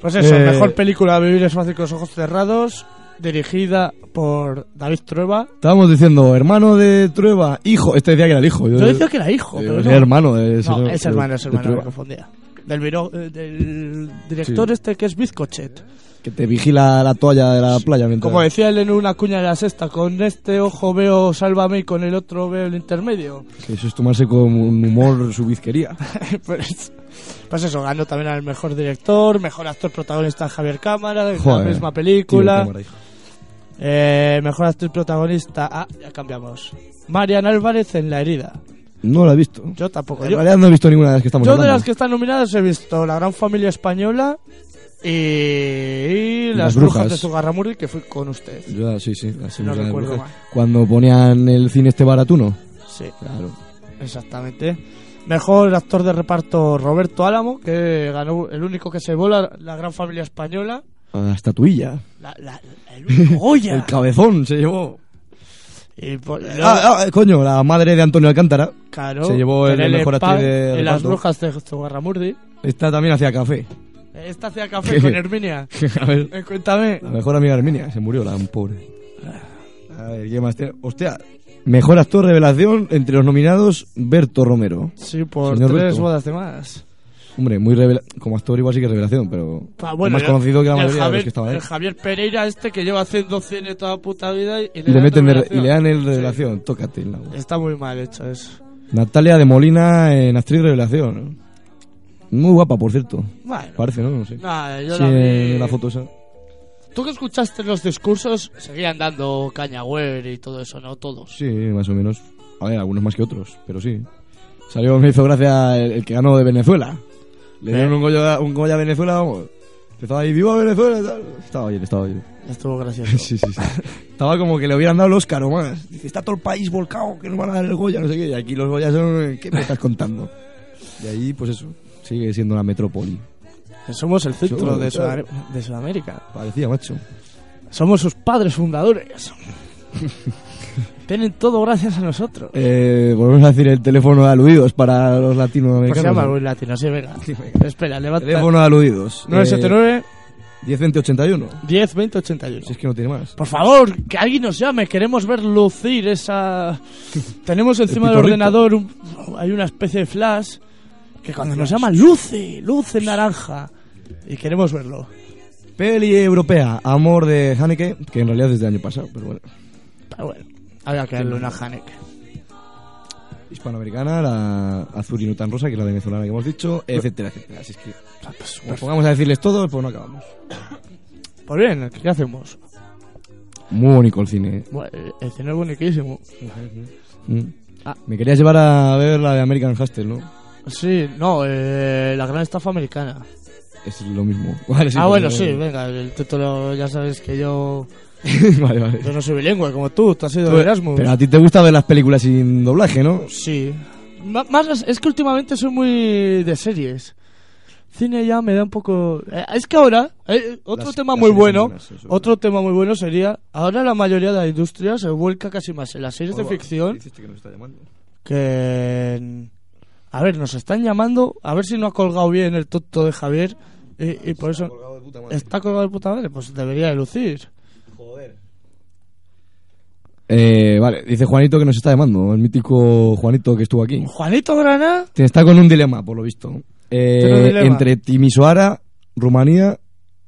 Pues eso,
Eh,
mejor película Vivir es fácil con los ojos cerrados, dirigida por David Trueba.
Estábamos diciendo, hermano de Trueba, hijo. Este decía que era el hijo. Yo,
Yo decía que era hijo,
yo-
pero
Eh, es
no.
hermano de ese-
No, eh, es
de-
hermano, es
de
hermano, me
Trueba.
confundía. Del, viro- eh, del director
Sí.
este que es Bizcochet.
Que te vigila la toalla de la playa mientras.
Como decía él en una cuña de la sexta, con este ojo veo Sálvame y con el otro veo el intermedio.
Que eso es tomarse con un humor su bizquería.
pues, pues eso, ganó también al mejor director, mejor actor protagonista Javier Cámara, en la
Joder,
misma
Tío,
película.
cámara, hijo.
Eh, mejor actor protagonista, ah, ya cambiamos. Marian Álvarez en La herida.
no la he visto.
Yo tampoco.
En
Yo,
realidad no he visto ninguna de las que estamos
yo de
hablando.
las que están nominadas he visto La Gran Familia Española y, y Las,
Las
Brujas,
Brujas.
de Sugarramurdi, que fui con usted.
Yo, ah, sí, sí, así
No
me suena de
recuerdo
brujas.
mal.
Cuando ponían el cine este baratuno.
Sí,
Claro.
exactamente. Mejor actor de reparto Roberto Álamo, que ganó el único que se vola La Gran Familia Española.
A la estatuilla.
La, la, la- el único Goya.
El cabezón se llevó.
Y por-
Ah, ah, coño, la madre de Antonio Alcántara.
claro,
se llevó el
Terele
mejor
Pan
actriz de
en Las
reparto.
Brujas de Zugarramurdi.
Esta también hacía café.
Esta hacía café con Herminia.
A ver.
Eh, Cuéntame.
La mejor amiga de Herminia. Se murió la pobre. A ver, ¿qué más tiene? Hostia. Mejor actor revelación entre los nominados, Berto Romero.
Sí, por
Señor
tres
Berto.
bodas de más.
Hombre, muy revela- como actor igual sí que es revelación, pero
Ah,
es
bueno,
más
ya-
conocido que la
ya el
mayoría de los
Javier-
que estaba ahí.
El Javier Pereira este que lleva haciendo cine toda puta vida y le,
Y le,
dan
meten de- y
revelación.
le dan el revelación, tócate. en la boca.
Está muy mal hecho eso.
Natalia de Molina en actriz revelación. Muy guapa, por cierto.
Bueno.
Parece, ¿no? No sé.
Nada, yo
Sí,
la vi-
en la foto esa.
Tú que escuchaste los discursos, seguían dando Cañagüer y todo eso, ¿no? Todos.
Sí, más o menos. A ver, algunos más que otros, pero sí. Salió, me hizo gracia el, el que ganó de Venezuela. Le
Eh.
dieron un Goya, un Goya a Venezuela, vamos. Empezaba ahí, ¡viva Venezuela! y tal. Estaba bien, estaba bien.
Estuvo gracioso.
sí, sí, sí. Estaba como que le hubieran dado el Óscar o más. Dice, está todo el país volcado, que nos van a dar el Goya, no sé qué. Y aquí los Goya son, eh, ¿qué me estás contando? Y ahí, pues eso, sigue siendo una metrópoli.
Somos el
Somos
centro
el
de,
centro.
Sudam- de Sudamérica.
Parecía, macho.
Somos sus padres fundadores. Tienen todo gracias a nosotros.
Eh, volvemos a decir el teléfono de aludidos para los
Pues se
latinoamericanos.
llama muy latino, sí, venga. Espera, levanta. Eh,
Teléfono de aludidos. Eh,
979
102081.
10 20 81.
Si es que no tiene más.
Por favor, que alguien nos llame. Queremos ver lucir esa. Tenemos encima del
pitorrito.
ordenador un- hay una especie de flash que cuando nos llaman luce, luce naranja. Y queremos verlo.
Peli europea, Amor de Haneke, que en realidad es del año pasado, pero bueno.
Pero bueno, había que darle una Haneke.
Hispanoamericana, la azul y no tan rosa, que es la venezolana que hemos dicho, etcétera, etcétera. Así es que, como
pues-
pongamos a decirles todo, pues no acabamos.
Pues bien, ¿qué hacemos?
Muy bonito el cine. ¿eh?
Bueno, eh, el- el cine es boniquísimo.
Mm.
Ah.
Me querías llevar a ver la de American Hustle, ¿no?
Sí, no, eh, la gran estafa americana.
Es lo mismo. Vale, sí, pues,
ah, bueno,
no-
sí, venga, el título ya sabes que yo.
vale, vale.
Yo no soy bilingüe como tú, tú has sido
Tú-
de Erasmus.
Pero a ti te gusta ver las películas sin doblaje, ¿no?
Sí. Ma- más las- es que últimamente soy muy de series. Cine ya me da un poco. eh, es que ahora, eh, otro
Las-
tema
las
muy
series son
bueno.
buenas, eso.
otro tema muy bueno sería. Ahora la mayoría de la industria se vuelca casi más en las series
Oh,
de ficción
que nos está llamando.
que en- a ver nos están llamando a ver si no ha colgado bien el tonto de Javier
Ah, pues
y, y por eso está colgado de puta madre pues debería de lucir
Eh, vale, dice Juanito que nos está llamando, el mítico Juanito que estuvo aquí.
Juanito Grana
Te está con un dilema, por lo visto. Eh,
Tiene un dilema.
entre Timisoara, Rumanía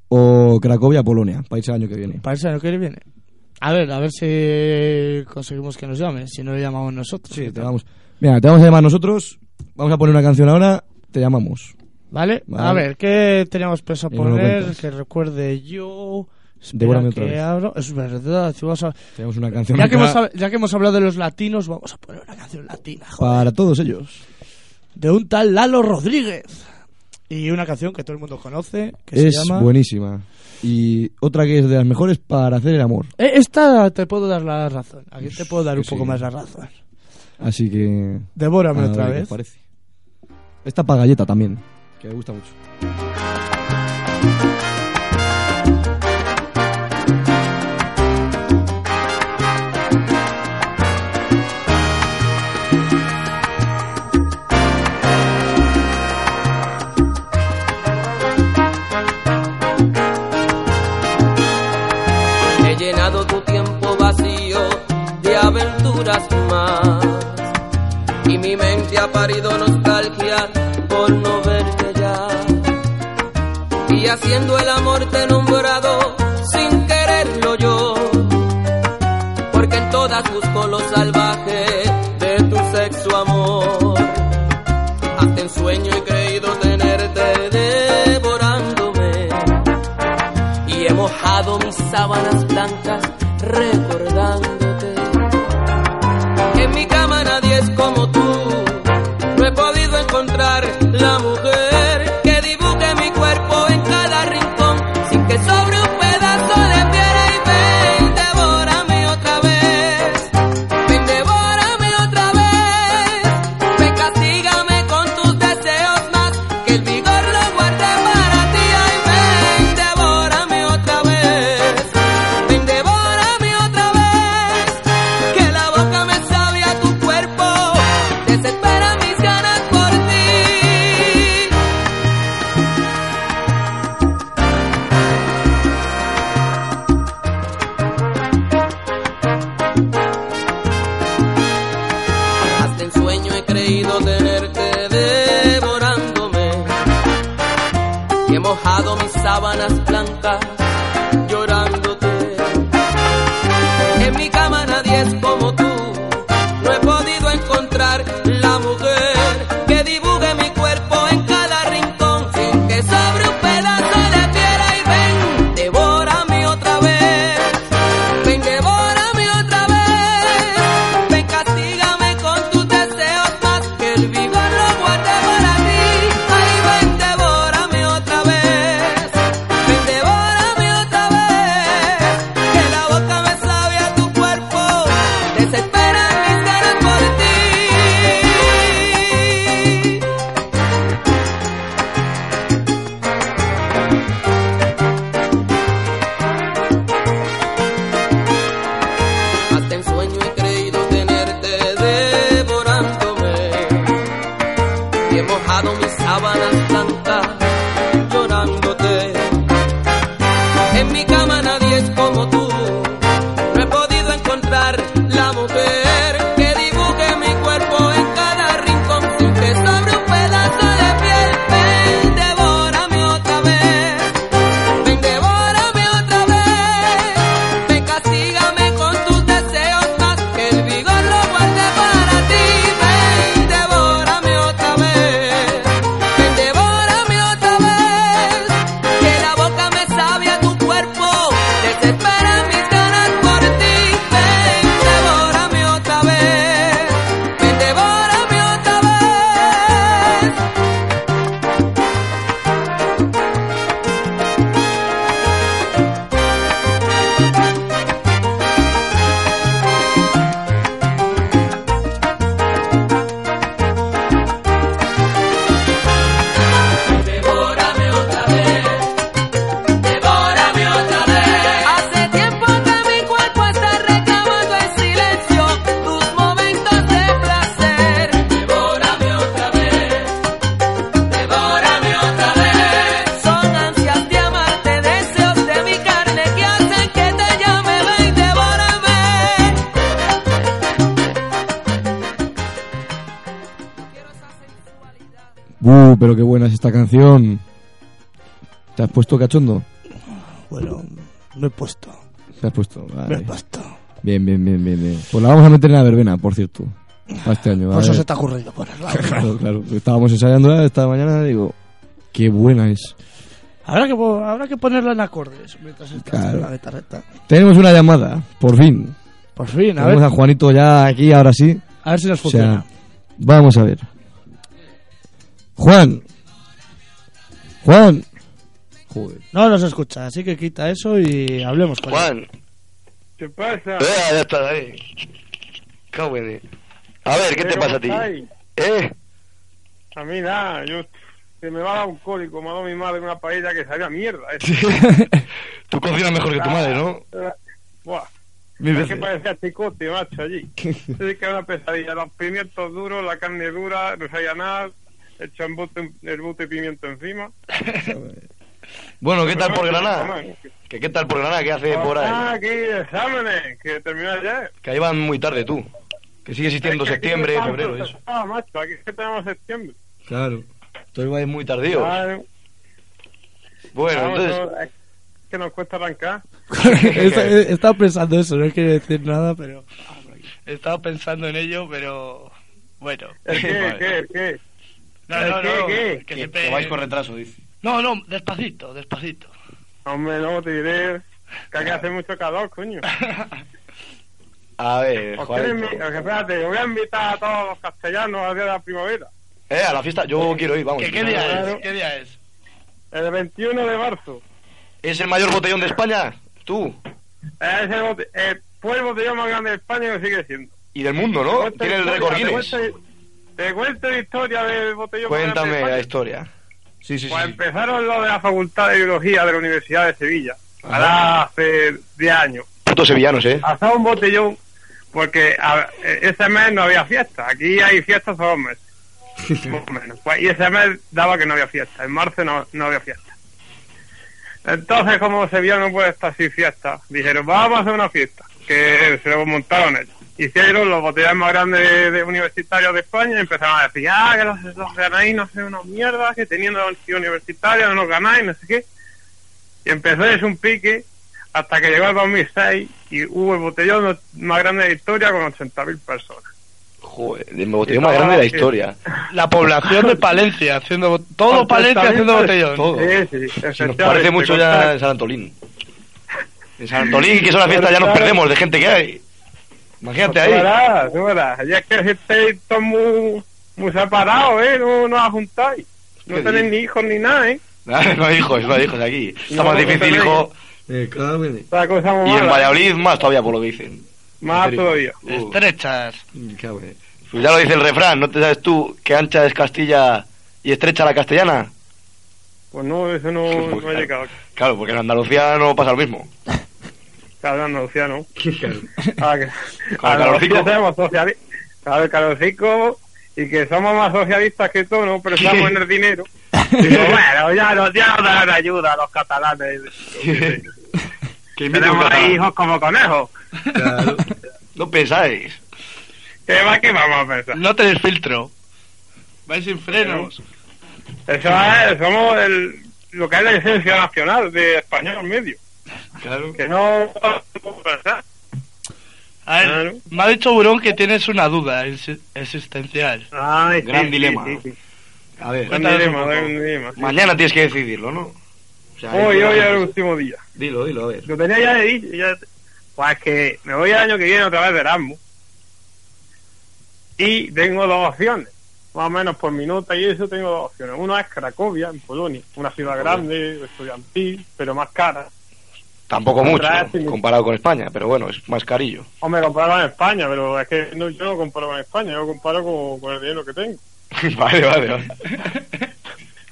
o Cracovia, Polonia, país el año que viene.
parece que no quiere viene a ver a ver si conseguimos que nos llame si no le llamamos nosotros
Sí, te vamos. Mira, te vamos a llamar nosotros, vamos a poner una canción ahora, te llamamos.
¿Vale?
Vale.
a ver qué teníamos pensado
Y nos lo
poner
cuentas.
que recuerde yo Espera
Devórame otra
que
vez.
abro. es verdad si vamos a-
Tenemos una canción
ya que,
acá
hemos, hab- ya que hemos hablado de los latinos vamos a poner una canción latina
para todos ellos.
de un tal Lalo Rodríguez. Y una canción que todo el mundo conoce, que
es
se llama...
buenísima. Y otra que es de las mejores para hacer el amor.
Eh, esta te puedo dar la razón. Aquí te puedo dar
que
un poco
sí.
más la razón.
Así que...
Devórame
a
otra
ver qué
vez.
parece. Esta para galleta también, que me gusta mucho.
He llenado tu tiempo vacío de aventuras más. Y mi mente ha parido nostalgia por no verte ya. Y haciendo el amor te he nombrado sin quererlo yo. Porque en todas busco lo salvaje de tu sexo amor. Hasta en sueño he creído tenerte devorándome y he mojado mis sábanas blancas recordándote. En mi cama nadie es como tú, no he podido encontrar la mujer que dibuje mi cuerpo en cada rincón sin que sobre un pedazo de piedra y ven, devórame otra vez, ven, devórame otra vez, ven, castígame con tus deseos más que el vigor lo guarde para ti, ay, ven, devórame otra vez, ven, devórame otra boca llorándote. En mi cama nadie es como tú, no he podido encontrar la mujer que dibuje mi cuerpo en cada rincón sin que sobre un pedazo de piedra y ven, devórame otra vez, ven, devórame otra vez, ven, castígame con tus deseos más que el vigor lo guarde para ti, ay, ven, devórame otra vez, ven, devórame otra vez, que la boca me sabe a tu cuerpo, desesperan mis ganas por ti. Hasta en sueño he creído tenerte devorándome y he mojado mis sábanas blancas llorándote. En mi cama nadie es como tú, no he podido encontrar la mujer que dibuje mi cuerpo en cada rincón sin que sobre un pedazo de piel. Ven, devórame otra vez, ven, devórame otra vez. Ven, castígame con tus deseos más que el vigor lo guarde para ti. Ven, devórame otra vez. Ven, devórame otra vez. Que la boca me sabe a tu cuerpo. Desesperan mis ganas por ti. Ven, devórame otra vez. Ven, devórame otra vez. Devórame otra vez, devórame otra vez. Hace tiempo que mi cuerpo está reclamando en silencio tus momentos de placer. Devórame otra vez, devórame otra vez. Son ansias de amarte, deseos de mi carne que hacen que te llame, ven, devórame.
Uh, pero qué buena es esta canción. ¿Te has puesto cachondo?
Bueno, me he puesto.
Te has puesto.
Me
vale.
he puesto.
Bien, bien, bien, bien, bien. Pues la vamos a meter en la verbena, por cierto. Para este año.
Por
a
eso
ver.
se te ha ocurrido ponerla.
Claro, claro. Estábamos ensayándola esta mañana digo, qué buena es.
Habrá que, po- habrá que ponerla en acordes mientras estás
Claro.
en la guitarreta.
Tenemos una llamada, por fin.
Por fin, a
Tenemos
ver.
a Juanito ya aquí, ahora sí.
A ver si nos
O sea,
funciona.
vamos a ver. Juan. Juan. Joder.
No nos escucha, así que quita eso y hablemos con
Juan.
¿Qué pasa?
Eh, ya está, David. Cago en él. A ver, ¿qué te
¿Cómo
pasa a ti?
estáis?
¿Eh?
A mí nada, yo se me va a dar un cólico, me ha dado mi madre una paella que sabía a mierda. ¿eh?
Tú cocinas mejor que tu madre, ¿no?
La- Buah.
Mil
Es que
veces.
parecía chicote, macho, allí. Es que era una pesadilla. Los pimientos duros, la carne dura, no sabía nada. El chambote, el bote de pimiento encima.
Bueno, ¿qué tal
Pero
por
no,
Granada?
no,
¿Qué, qué tal por Granada? ¿Qué hace por ahí?
Ah, qué exámenes, que terminó ayer.
Que ahí van muy tarde tú. Que sigue existiendo
Es que aquí
septiembre,
estamos-
febrero, y eso.
Ah, macho, aquí es que tenemos septiembre.
Claro.
Tú vas muy tardío.
Claro.
Bueno,
Vamos,
entonces...
no, es que nos cuesta arrancar.
Esta- Estaba pensando eso, no quiero decir nada, pero.
Estaba pensando en ello, pero bueno.
¿El qué? ¿El qué? ¿El qué?
No,
¿El
no,
qué?
no,
¿Qué?
que siempre-
retraso, dice.
No, no, despacito, despacito. Ah.
Hombre, no, te diré que aquí hace mucho calor, coño.
A ver,
Os
Juan.
quiero
pues-
invi- eh, Espérate, yo voy a invitar a todos los castellanos al día de la primavera.
Eh, a la fiesta. Yo quiero ir, vamos.
¿Qué- qué día es?
¿Qué día es?
El 21 de marzo.
¿Es el mayor botellón de España? Tú.
Es el, bote- el fue el botellón más grande de España y lo sigue siendo.
Y del mundo, ¿no?
Te cuento
Tiene el
historia,
récord
te
Guinness.
cuento- Te cuento la historia del botellón más grande de
Cuéntame
España.
la historia. Sí, sí, sí.
Pues empezaron los de la Facultad de Biología de la Universidad de Sevilla. Ahora hace 10 años.
Putos sevillanos, ¿eh?
Hasta un botellón, porque a- eh, ese mes no había fiesta. Aquí hay fiestas todos los meses. Más o menos. Pues, y ese mes daba que no había fiesta. En marzo no, no había fiesta. Entonces, como Sevilla no puede estar sin fiesta, dijeron, vamos a hacer una fiesta. Que se lo montaron ellos. Hicieron los botellones más grandes de universitarios de España y empezaron a decir, ah, que los, los ganáis, no sé, unos mierdas, que teniendo la universitaria no nos ganáis, no sé qué. Y empezó desde un pique hasta que llegó el 2006 y hubo el botellón más grande de la historia con 80.000 personas.
Joder, el botellón más grande de la historia.
La población de Palencia haciendo bot- todo Palencia haciendo botellón.
Todo.
Sí, sí,
Si nos parece mucho ya en San Antolín. En San Antolín, que es una fiesta, ya nos perdemos de gente que hay. Imagínate
Pues
ahí.
Tú verás, tú verás. Ya es que estáis todos muy, muy separados, ¿eh? No, no os juntáis. No
¿Qué
tenéis
dices?
ni hijos ni nada, ¿eh?
no hay hijos, no hay hijos aquí. Está
No,
más
no
difícil,
tenéis.
hijo.
Esta cosa muy
Y en
mala.
Valladolid más todavía, por lo que dicen.
Más
En serio.
todavía.
Estrechas.
Pues ya lo dice el refrán, ¿no te sabes tú que ancha es Castilla y estrecha la castellana?
Pues no, eso no,
Pues
no ha
claro.
llegado.
Claro, porque en Andalucía no pasa lo mismo.
Claro, Andalucía no. Ah, que-
Con el calorcico.
Andalucía somos sociali- Claro, el calorcico y que somos más socialistas que todos, no pensamos en el dinero. Digo, bueno, ya nos, ya nos darán ayuda a los catalanes.
Que invite un
Tenemos
catalán.
ahí hijos como conejos.
No pensáis.
¿Qué va que vamos a pensar?
No tenéis filtro. Vais sin frenos.
Eso es, somos el, lo que es la esencia nacional de español medio.
Claro.
Que no podemos pensar.
A ver, me ha dicho Burón que tienes una duda ex- existencial.
Ay, sí,
Gran
Ah, este, sí,
dilema.
sí, sí.
A ver,
Gran
cuéntanos
dilema,
un poco.
gran dilema.
Mañana tienes que decidirlo, ¿no? O sea, hay
Hoy,
que-
hoy es el último día.
Dilo, dilo, a ver.
Lo tenía ya de dicho, ya- Pues que me voy el año que viene otra vez de Erasmus. Y tengo dos opciones. Más o menos por minuta y eso tengo dos opciones. Una es Cracovia, en Polonia. Una ciudad grande, estudiantil, pero más cara.
Tampoco mucho,
Otra vez, sí.
comparado con España, pero bueno, es más carillo.
Hombre, comparado con España, pero es que no, yo no comparo con España, yo comparo con, con el dinero que tengo.
vale, vale, vale.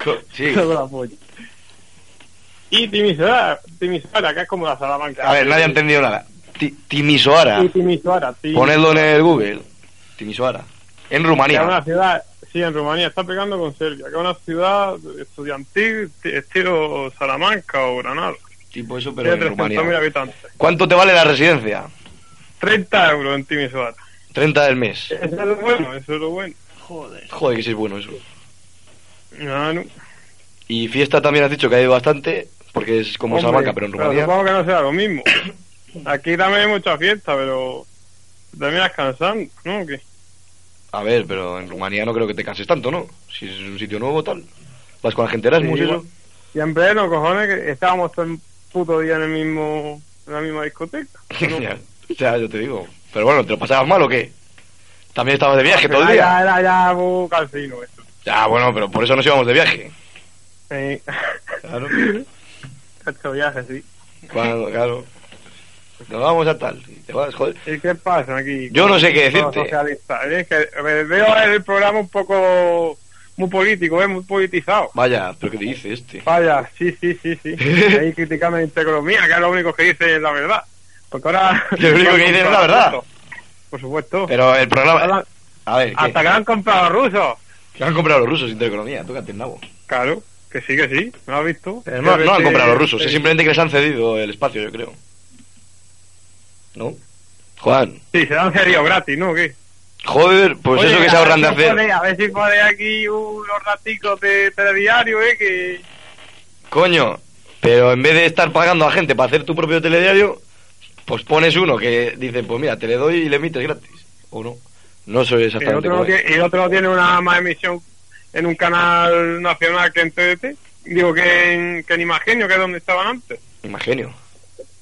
Co- sí.
Eso es la polla. Y Timisoara, Timisoara, que es como la Salamanca.
A ver, nadie ha entendido nada. Ti- Timisoara.
Sí, Timisoara. Tim-
Ponedlo en el Google. Timisoara. En
Que es una
Rumanía.
ciudad, sí, en Rumanía, está pegando con Serbia, que es una ciudad estudiantil t- estilo Salamanca o Granada.
Tipo eso, pero en
Tiene
Rumanía.
300.000 habitantes.
¿Cuánto te vale la residencia?
30 euros en Timisoara.
30 del mes.
Eso es lo bueno, eso es lo bueno.
Joder.
Joder, que sí es bueno eso.
Ah, No, no.
Y fiesta también has dicho que hay bastante, porque es como
Hombre,
Salamanca, pero en Rumanía.
supongo que no sea lo mismo. Aquí también hay mucha fiesta, pero terminas cansando, ¿no? ¿Qué?
A ver, pero en Rumanía no creo que te canses tanto, ¿no? Si es un sitio nuevo, tal. Vas con la gente Erasmus,
Sí,
eso.
igual. Y en pleno, cojones, que estábamos todo el puto día en el mismo en la misma discoteca. ¿no?
Ya, o sea, yo te digo. Pero bueno, ¿te lo pasabas mal o qué? También estabas de viaje todo el
Ah,
día.
Ya, era ya, bu, calcino esto.
Ya, bueno, pero por eso nos íbamos de viaje.
Sí.
Claro.
Cacho viaje, sí.
Claro, claro. Nos vamos a tal. y Te vas, joder.
¿Y qué pasa aquí?
Yo no sé qué
Con los
decirte.
socialistas. Es que eh, veo el programa un poco muy político, es muy politizado.
Vaya, pero ¿qué te dice este?
Vaya, sí, sí, sí, sí. Ahí criticando la economía, que es lo único que dice la verdad. Porque ahora...
Lo único que dice es la verdad.
Por supuesto.
Pero el programa. A ver, ¿qué?
Hasta que han comprado rusos.
Que han comprado los rusos Intereconomía, tócate el nabo.
Claro, que sí, que sí. ¿No has visto?
Eh, No, no han
Eh,
comprado los rusos, es simplemente que les han cedido el espacio, yo creo. ¿No? Juan,
Sí, se dan serio gratis, ¿no? ¿Qué?
joder, pues
Oye,
eso que
a
se
ver
ahorran de
si
hacer.
pone- a ver si pone aquí unos raticos de telediario, ¿eh? Que...
Coño, pero en vez de estar pagando a gente para hacer tu propio telediario, pues pones uno que dice, pues mira, te le doy y le emites gratis. ¿O no? No soy
El
exactamente pues.
otro, no
cómo es.
tiene, el otro no tiene una más emisión en un canal nacional que en TDT. Digo que en, que en Imagenio, que es donde estaban antes.
Imagenio.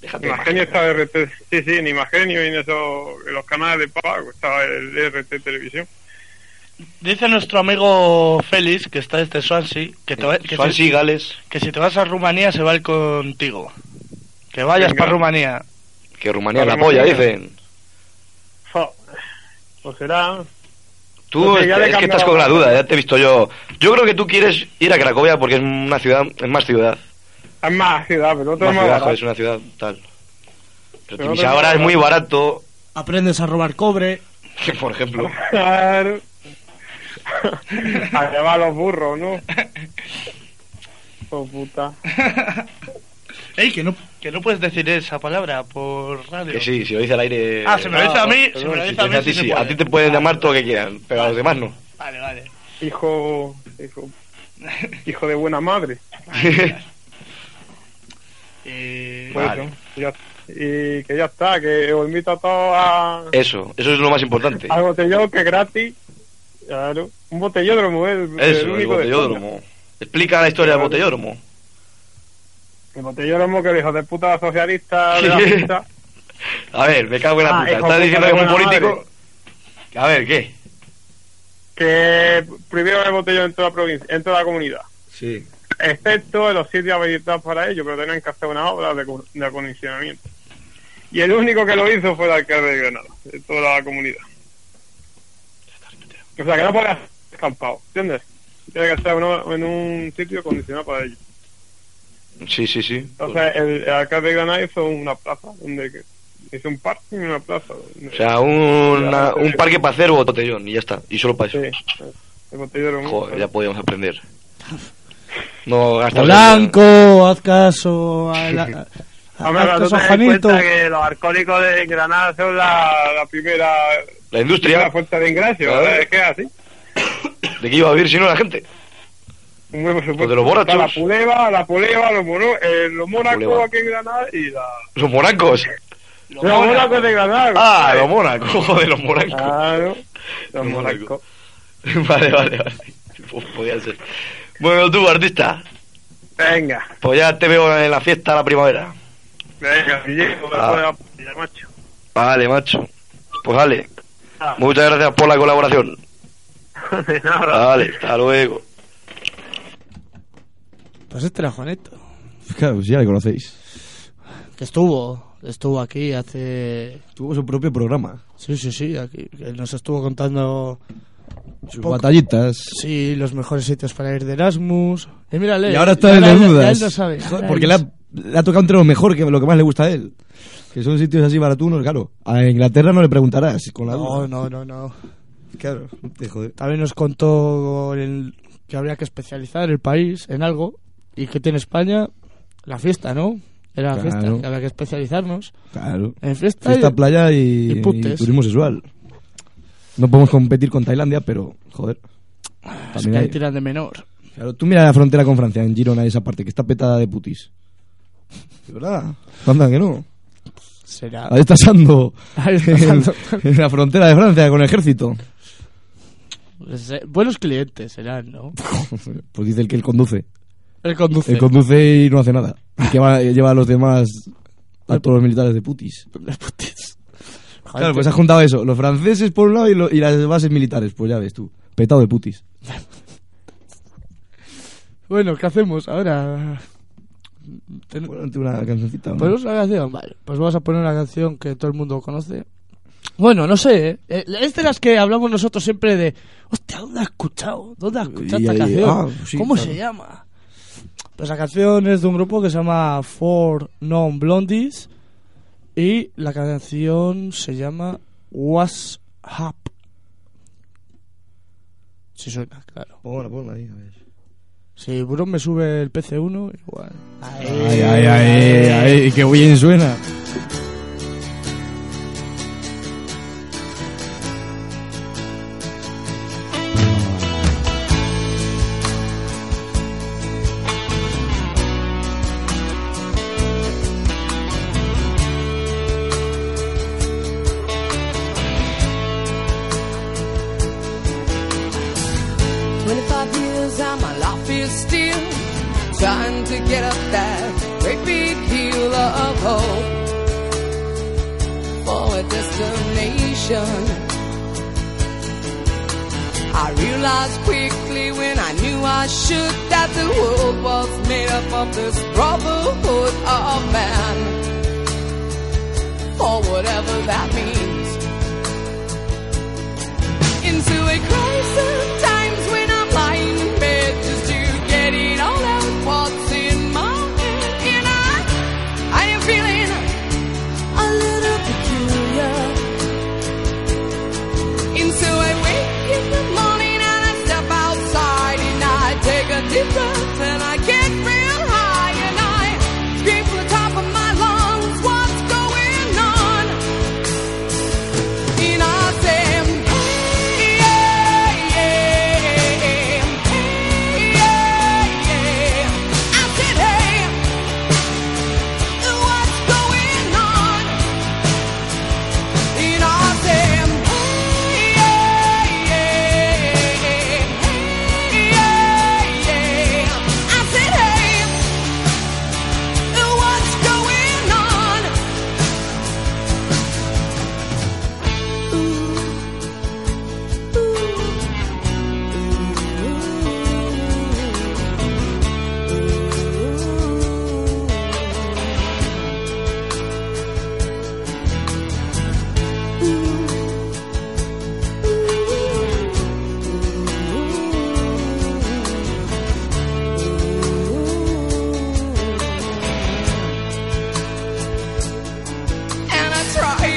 Déjate de
Imagenio
imagen.
estaba RT. Sí, sí, en Imagenio y en, eso, en los canales de pago estaba el RT Televisión.
Dice nuestro amigo Félix, que está desde Swansea, que, te va- que,
Swansea,
si,
Gales.
que si te vas a Rumanía se va a ir contigo. Que vayas
Venga.
para Rumanía.
Que Rumanía
Para
la polla,
Rumanía.
dicen.
Jo, Pues será.
Tú
Pues ya le
es que
cambiaba
estás con la
la
duda,
cosa.
ya te he visto yo. Yo creo que tú quieres ir a Cracovia porque es una ciudad, es más ciudad.
Es más ciudad, pero
Más
otro es más
ciudad,
barato.
joder, es una ciudad tal. Pero
Pero
Timis
otro
ahora
más
es muy barato,
Aprendes a robar cobre.
por ejemplo.
Claro. a llevar los burros, ¿no? Oh, puta.
Ey, que no, que no puedes decir esa palabra por radio.
Que sí, si lo dice al aire.
Ah, se me lo dice a mí, se me lo
Si
dice
te
a
dice
mí.
a ti,
sí se
sí,
puede.
a ti te pueden llamar todo lo que quieran, pero a los demás no.
Vale, vale.
Hijo, hijo, hijo de buena madre.
Y...
Pues eso, ya- y que ya está, que os invito a todos a,
Eso, eso es lo más importante.
al botellón, que es gratis. Claro, un botellódromo, eh, el,
Eso, el
único de España.
botellódromo. Explica la historia del botellódromo.
El botellódromo que el hijo de puta socialista de la pista.
A ver, me cago en la
Ah,
puta.
hijo
Estás
puta
diciendo
de
que un
buena
político. A ver, ¿qué?
que prohibieron el botellón en toda la provincia, en toda la comunidad,
Sí.
excepto en los sitios habilitados para ello, pero tenían que hacer una obra de, co- de acondicionamiento. Y el único que lo hizo fue el alcalde de Granada, de toda la comunidad. O sea que no puede hacer escampado, ¿entiendes? Tiene que estar uno- en un sitio acondicionado para ello.
Sí, sí, sí.
Entonces el, el alcalde de Granada hizo una plaza, donde que- hizo un parque y una plaza. donde-
O sea, una- un parque para hacer botellón y ya está. Y solo para eso.
el botellón.
Joder, ya podíamos aprender. No gastar.
Blanco, haz caso. A la, a-
Ah, Hombre,
haz
pero
caso
tú te
a
das
Juanito.
cuenta que los alcohólicos de Granada son la, la primera...
La industria.
primera fuerza de ingreso,
Claro.
¿verdad? Es que es así.
¿De qué iba a vivir si no la gente?
Hombre, por supuesto.
Pues de los
Está La
borrachos.
puleva, la puleva, los, mono, eh, los mónacos
Puleva.
aquí en Granada y la...
Los monacos.
Los, mónacos de Granada.
Ah,
¿sabes?
los monacos. Joder, los monacos.
Claro, los
monacos. Vale, vale, vale. Pues podía ser. Bueno, tú, artista.
Venga,
Pues ya te veo en la fiesta la primavera.
venga, Guillermo, me
Ah.
pone la polla, macho.
Vale, macho. Pues dale.
Ah.
Muchas gracias por la colaboración.
De nada.
Vale, hasta luego.
Pues este era Juanito.
Claro, si ya le conocéis.
Que estuvo. Estuvo aquí hace.
Tuvo su propio programa.
Sí, sí, sí. Aquí, que nos estuvo contando.
Sus
poco-
batallitas.
Sí, los mejores sitios para ir de Erasmus. Y mírale.
Y ahora está
ya
en
la-
las
ya
dudas.
él lo sabe.
Joder,
Ahora
porque
él
le ha, le ha tocado entre lo mejor, que lo que más le gusta a él. Que son sitios así baratunos, claro. A Inglaterra no le preguntarás. Con la
No,
duda.
no, no, no.
Claro, te jode.
También nos contó el- que habría que especializar el país en algo y que tiene España la fiesta, ¿no? Era la
Claro.
fiesta, que había que especializarnos.
Claro.
En fiesta,
Fiesta,
y-
playa y,
eh, y putes.
y turismo sexual. No podemos competir con Tailandia, pero, joder.
Es
También
que ahí
hay-
tiran de menor.
Claro, tú mira la frontera con Francia, en Girona, esa parte, que está petada de putis. ¿De verdad? Anda, que no.
Será.
Ahí está Sando.
Ahí está
En-
Sando.
En, la frontera de Francia, con el ejército.
Pues, eh, buenos clientes serán, ¿no?
Pues dice el que él conduce.
Él conduce.
Él conduce y no hace nada. Y que va- lleva a los demás, a todos los militares de putis. Claro, pues has juntado eso. Los franceses por un lado y, lo- y las bases militares. Pues ya ves tú. Petado de putis.
Bueno, ¿qué hacemos ahora? Ten-
Ponte una cancioncita. ¿no?
¿Ponemos una canción? Vale, pues vamos a poner una canción que todo el mundo conoce. Bueno, no sé, ¿eh? Eh, Es de las que hablamos nosotros siempre de... Hostia, ¿dónde has escuchado? ¿Dónde has escuchado
Y
esta
ahí-
canción?
ah, sí,
¿Cómo
claro.
se llama? Pues la canción es de un grupo que se llama Four Non Blondies y la canción se llama What's Up. Si suena, claro.
Ponla, ponla ahí, a ver.
Si Burón me sube el PC1, igual. Ahí.
Ay, ay, ay, ay, qué bien suena.
Twenty-five years and my life is still trying to get up that great big hill of hope for a destination. I realized quickly when I knew I should that the world was made up of this brotherhood of man, or whatever that means into a crisis times when I'm lying in bed just to get it all out what's in my head. And I, I am feeling a little peculiar. And so I wake in the morning and I step outside and I take a deep breath and I get real high and I scream from the top of my lungs, what's going on? Oh Oh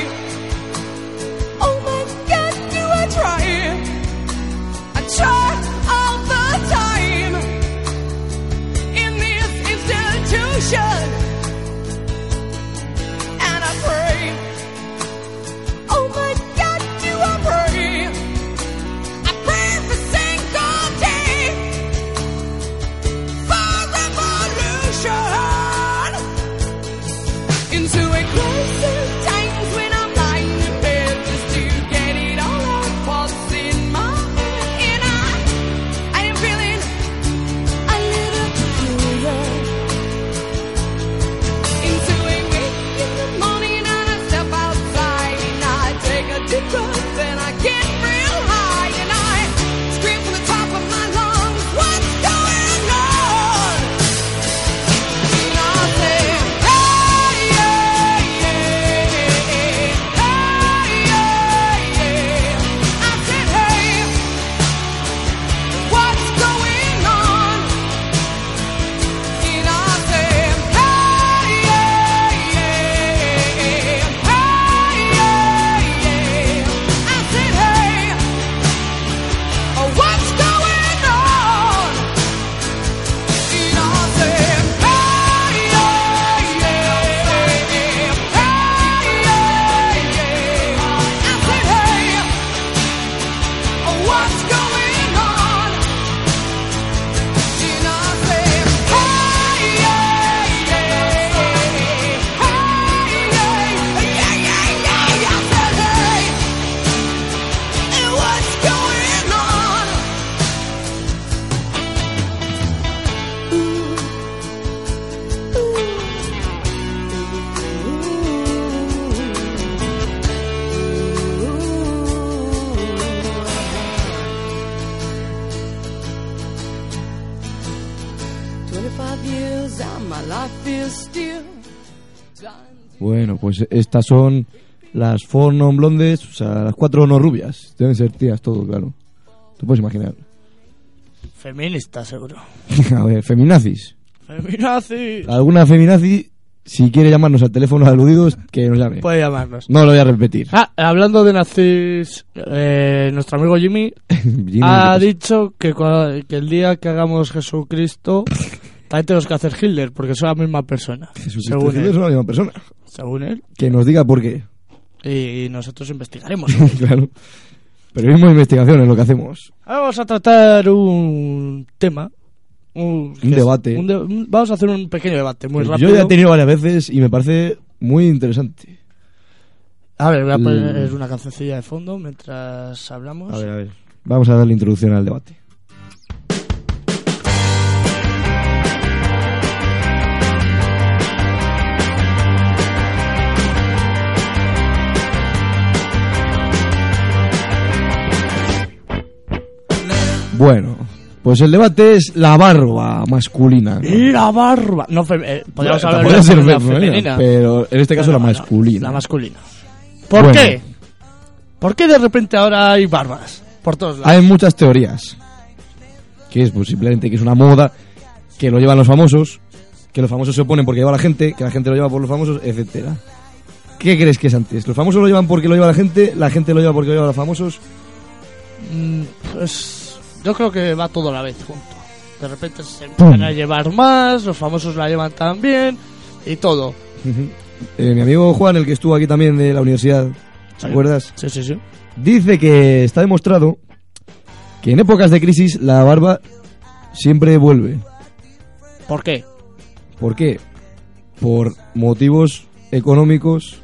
Bueno, pues estas son las four non blondes, o sea, las cuatro no rubias. Deben ser tías todo, claro. Te puedes imaginar.
Feminista, seguro.
A ver, feminazis.
Feminazi.
Alguna feminazi, si quiere llamarnos al teléfono de aludidos, que nos llame.
Puede llamarnos.
No lo voy a repetir.
Ah, hablando de nazis, eh, nuestro amigo Jimmy
Jimmy,
ha
¿qué
dicho que, cua- que el día que hagamos Jesucristo también tenemos que hacer Hitler, porque son la misma persona.
Jesucristo
según
y Hitler
él.
son la misma persona.
Según él.
Que nos diga por qué.
Y nosotros investigaremos.
claro. Periodismo de investigación es lo que hacemos.
Ahora vamos a tratar un tema. Un, que es-
debate.
un de- un- vamos a hacer un pequeño debate, muy Pues rápido.
Yo ya he tenido varias veces y me parece muy interesante.
A ver, voy a poner
Mm.
una cancioncilla de fondo mientras hablamos.
A ver, a ver. Vamos a darle introducción al debate. Bueno, pues el debate es la barba masculina. ¿no?
La barba. No, fem- eh, podríamos
Bueno,
hablar
podría
de
ser
la
femenina,
femenina.
pero en este caso la masculina.
La masculina. ¿Por
Bueno.
qué? ¿Por qué de repente ahora hay barbas? Por todos lados.
Hay muchas teorías. Que es pues, simplemente que es una moda, que lo llevan los famosos, que los famosos se oponen porque lleva la gente, que la gente lo lleva por los famosos, etcétera. ¿Qué crees que es antes? ¿Los famosos lo llevan porque lo lleva la gente? ¿La gente lo lleva porque lo lleva los famosos?
Mm, pues, yo creo que va todo a la vez junto. De repente se empiezan a llevar más, los famosos la llevan también y todo.
Eh, mi amigo Juan, el que estuvo aquí también de la universidad, ¿te acuerdas?
Sí, sí, sí.
Dice que está demostrado que en épocas de crisis la barba siempre vuelve.
¿Por qué?
¿Por qué? Por motivos económicos.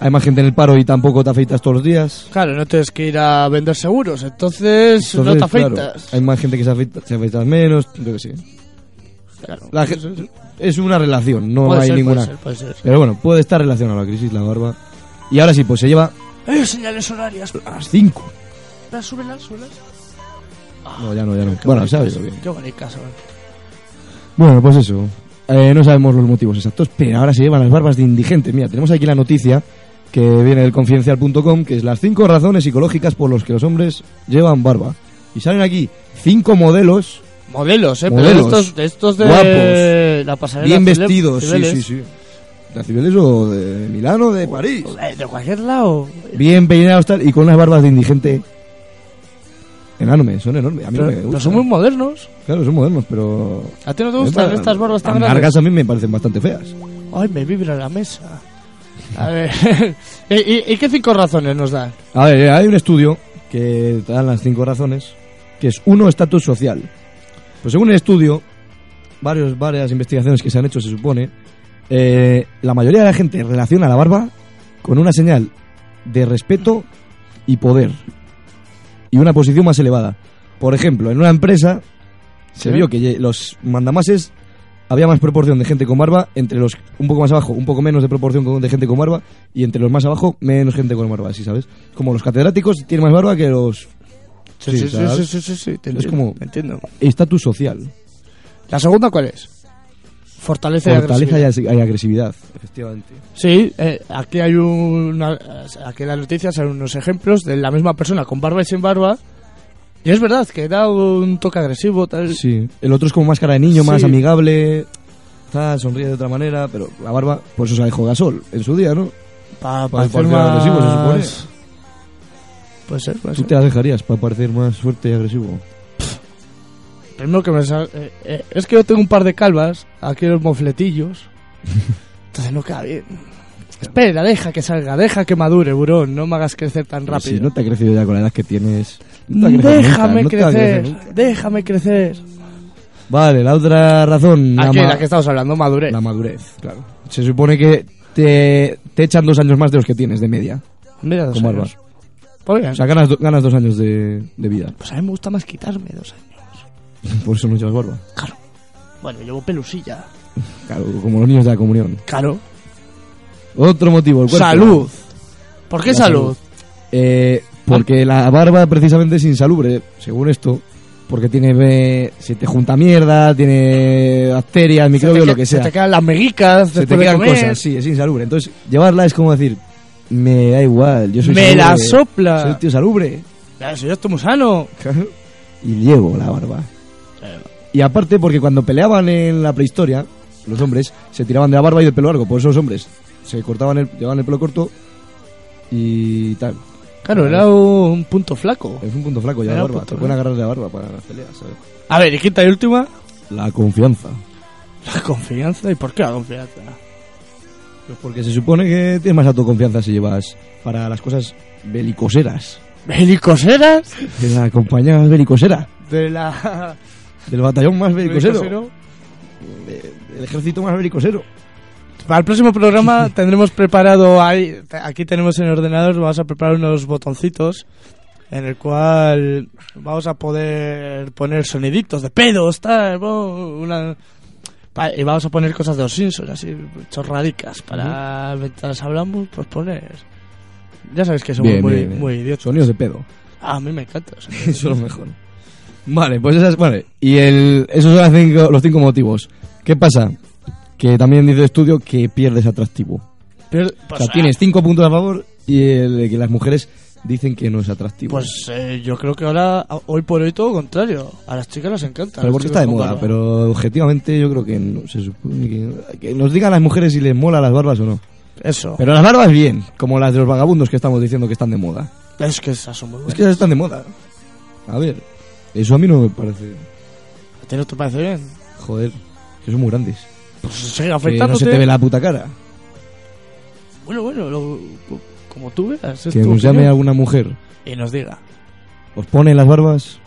Hay más gente en el paro y tampoco te afeitas todos los días.
Claro, no tienes que ir a vender seguros, entonces, no te
Entonces, claro,
afeitas.
hay más gente que se afeita, se afeita menos, yo qué sé.
Claro.
La ge- es una relación, no
Puede
hay
ser, puede
ninguna.
ser, puede ser.
Pero bueno, puede estar relacionado a la crisis, la barba. Y ahora sí, pues se lleva
Eh, señales horarias.
a las 5.
Espera, súbelas, súbelas.
No, ya no, ya no. Bueno, se ha oído bien.
Qué bonitas son.
Bueno, pues eso. Eh, no sabemos los motivos exactos, pero ahora se llevan las barbas de indigentes. Mira, tenemos aquí la noticia que viene del confidencial.com, que es las cinco razones psicológicas por las que los hombres llevan barba. Y salen aquí cinco modelos
Modelos, eh,
Modelos.
pero estos, estos de
Guapos.
la pasarela.
bien
Cele-
vestidos. Sí,
Cibeles.
sí, sí. ¿De Cibeles o de Milán o de París?
Eh, De cualquier lado.
Bien peinados tal, y con unas barbas de indigente enormes, son enormes. A mí
Pero-
me
pero
gustan.
son muy modernos.
Claro, son modernos, pero...
¿A ti no te gustan
Estas-
estas barbas tan
Eh, tan
grandes?
largas a mí me parecen bastante feas.
Ay, me vibra la mesa. A ver. ¿Y, y, y qué cinco razones nos dan?
A ver, eh, hay un estudio que te dan las cinco razones, que es uno, estatus social. Pues según el estudio, varios, varias investigaciones que se han hecho, se supone, eh, la mayoría de la gente relaciona la barba con una señal de respeto y poder y una posición más elevada. Por ejemplo, en una empresa se
Sí.
vio que ye- los mandamases había más proporción de gente con barba entre los un poco más abajo, un poco menos de proporción con- de gente con barba y entre los más abajo menos gente con barba, así sabes. Como los catedráticos tienen más barba que los
Sí, sí, sí,
¿sabes?
sí, sí, sí, sí, te
es
entiendo,
como
te entiendo.
estatus social,
¿La segunda cuál es?
fortaleza
Fortaleza,
y
y agresividad.
as- y agresividad, efectivamente.
Sí, eh, aquí hay una, aquí en las noticias hay unos ejemplos de la misma persona con barba y sin barba. Y es verdad que da un toque agresivo, tal.
Sí, el otro es como más cara de niño, más
Sí.
amigable, tal, sonríe de otra manera, pero la barba, pues, por eso sale Jogasol en su día, ¿no?
Para
Para
parecer
parecer agresivo, se
más- Pues
supone.
Puede ser, puede
Tú
ser.
te la dejarías para parecer más fuerte y agresivo.
Primero que me sal- eh, eh, es que yo tengo un par de calvas, aquí los mofletillos. Entonces no queda bien. Espera, deja que salga, deja que madure, burón, no me hagas crecer tan
Pero
rápido.
Pues Si no te ha crecido ya con la edad que tienes. no te ha crecido nunca,
déjame
no te va a
crecer,
crecer nunca.
déjame crecer.
Vale, la otra razón.
Aquí,
ma-
la que estamos hablando, madurez.
la madurez, claro. Se supone que te, te echan dos años más de los que tienes, de media.
Mira, dos
con barba.
años. Pues bien,
O sea, ganas, do- ganas dos años de, de vida.
pues a mí me gusta más quitarme dos años.
Por eso no llevas barba.
Bueno, llevo pelusilla.
Claro, como los niños de la comunión.
Claro.
Otro motivo, el cuerpo.
Salud. ¿Por qué
La
salud?
Eh, porque la barba precisamente es insalubre, según esto. Porque tiene. eh, se te junta mierda, tiene bacterias, microbios,
te
lo que
que- se
sea.
te quedan las mejicas
Se te
después de
quedan
comer.
cosas, sí, es insalubre. Entonces, llevarla es como decir. Me da igual, yo soy
Me
salubre,
la sopla.
Soy un tío salubre.
Claro, si yo estoy muy sano.
y llevo la barba. Y aparte, porque cuando peleaban en la prehistoria, los hombres se tiraban de la barba y del pelo largo. Por eso los hombres se cortaban el, llevaban el pelo corto y tal.
Claro, era un punto flaco.
Es un punto flaco ya
Era
la
un
barba.
punto
Te pueden
flaco.
agarrar la barba para las peleas. ¿sabes?
A ver, y quinta y última.
La confianza.
La confianza. ¿Y por qué la confianza?
Pues porque se supone que tienes más autoconfianza si llevas para las cosas belicoseras.
¿Belicoseras?
De la compañía más belicosera.
De la...
Del batallón más belicosero.
Belicosero.
de- del ejército más belicosero.
Para el próximo programa tendremos preparado ahí, te- aquí tenemos en el ordenador, vamos a preparar unos botoncitos en el cual vamos a poder poner soniditos de pedos, tal, bo, una- pa- y vamos a poner cosas de los Simpsons, así, chorradicas, para mientras hablamos, pues poner... Ya sabes que somos
Bien,
muy,
bien, bien.
muy idiotas.
Sonidos de pedo.
Ah, a mí me encanta. eso.
Eso es lo mejor. Vale, pues esas, vale. Y el, esos son las cinco- los cinco motivos. ¿Qué pasa? Que también dice el estudio que pierdes atractivo.
Pero, pues,
o
ah,
sea, tienes cinco puntos a favor y el de que las mujeres dicen que no es atractivo.
Pues eh, yo creo que ahora, a- hoy por hoy, todo lo contrario. A las chicas les encanta. a
pero
los
porque
chicos
está de
con
moda,
barba.
pero objetivamente yo creo que no, se supone que, que nos digan las mujeres si les mola las barbas o no.
Eso.
Pero las barbas bien, como las de los vagabundos que estamos diciendo que están de moda.
Es que esas son muy
Es
buenas.
que esas están de moda. A ver, eso a mí no me parece.
¿A ti no te parece bien?
Joder, que son muy grandes.
Pues sigue
Que no
afectándote.
se te ve la puta cara.
Bueno, bueno, lo- como tú veas. es
Que
tu
nos llame
opinión.
alguna mujer.
Y nos diga.
¿Os pone las barbas?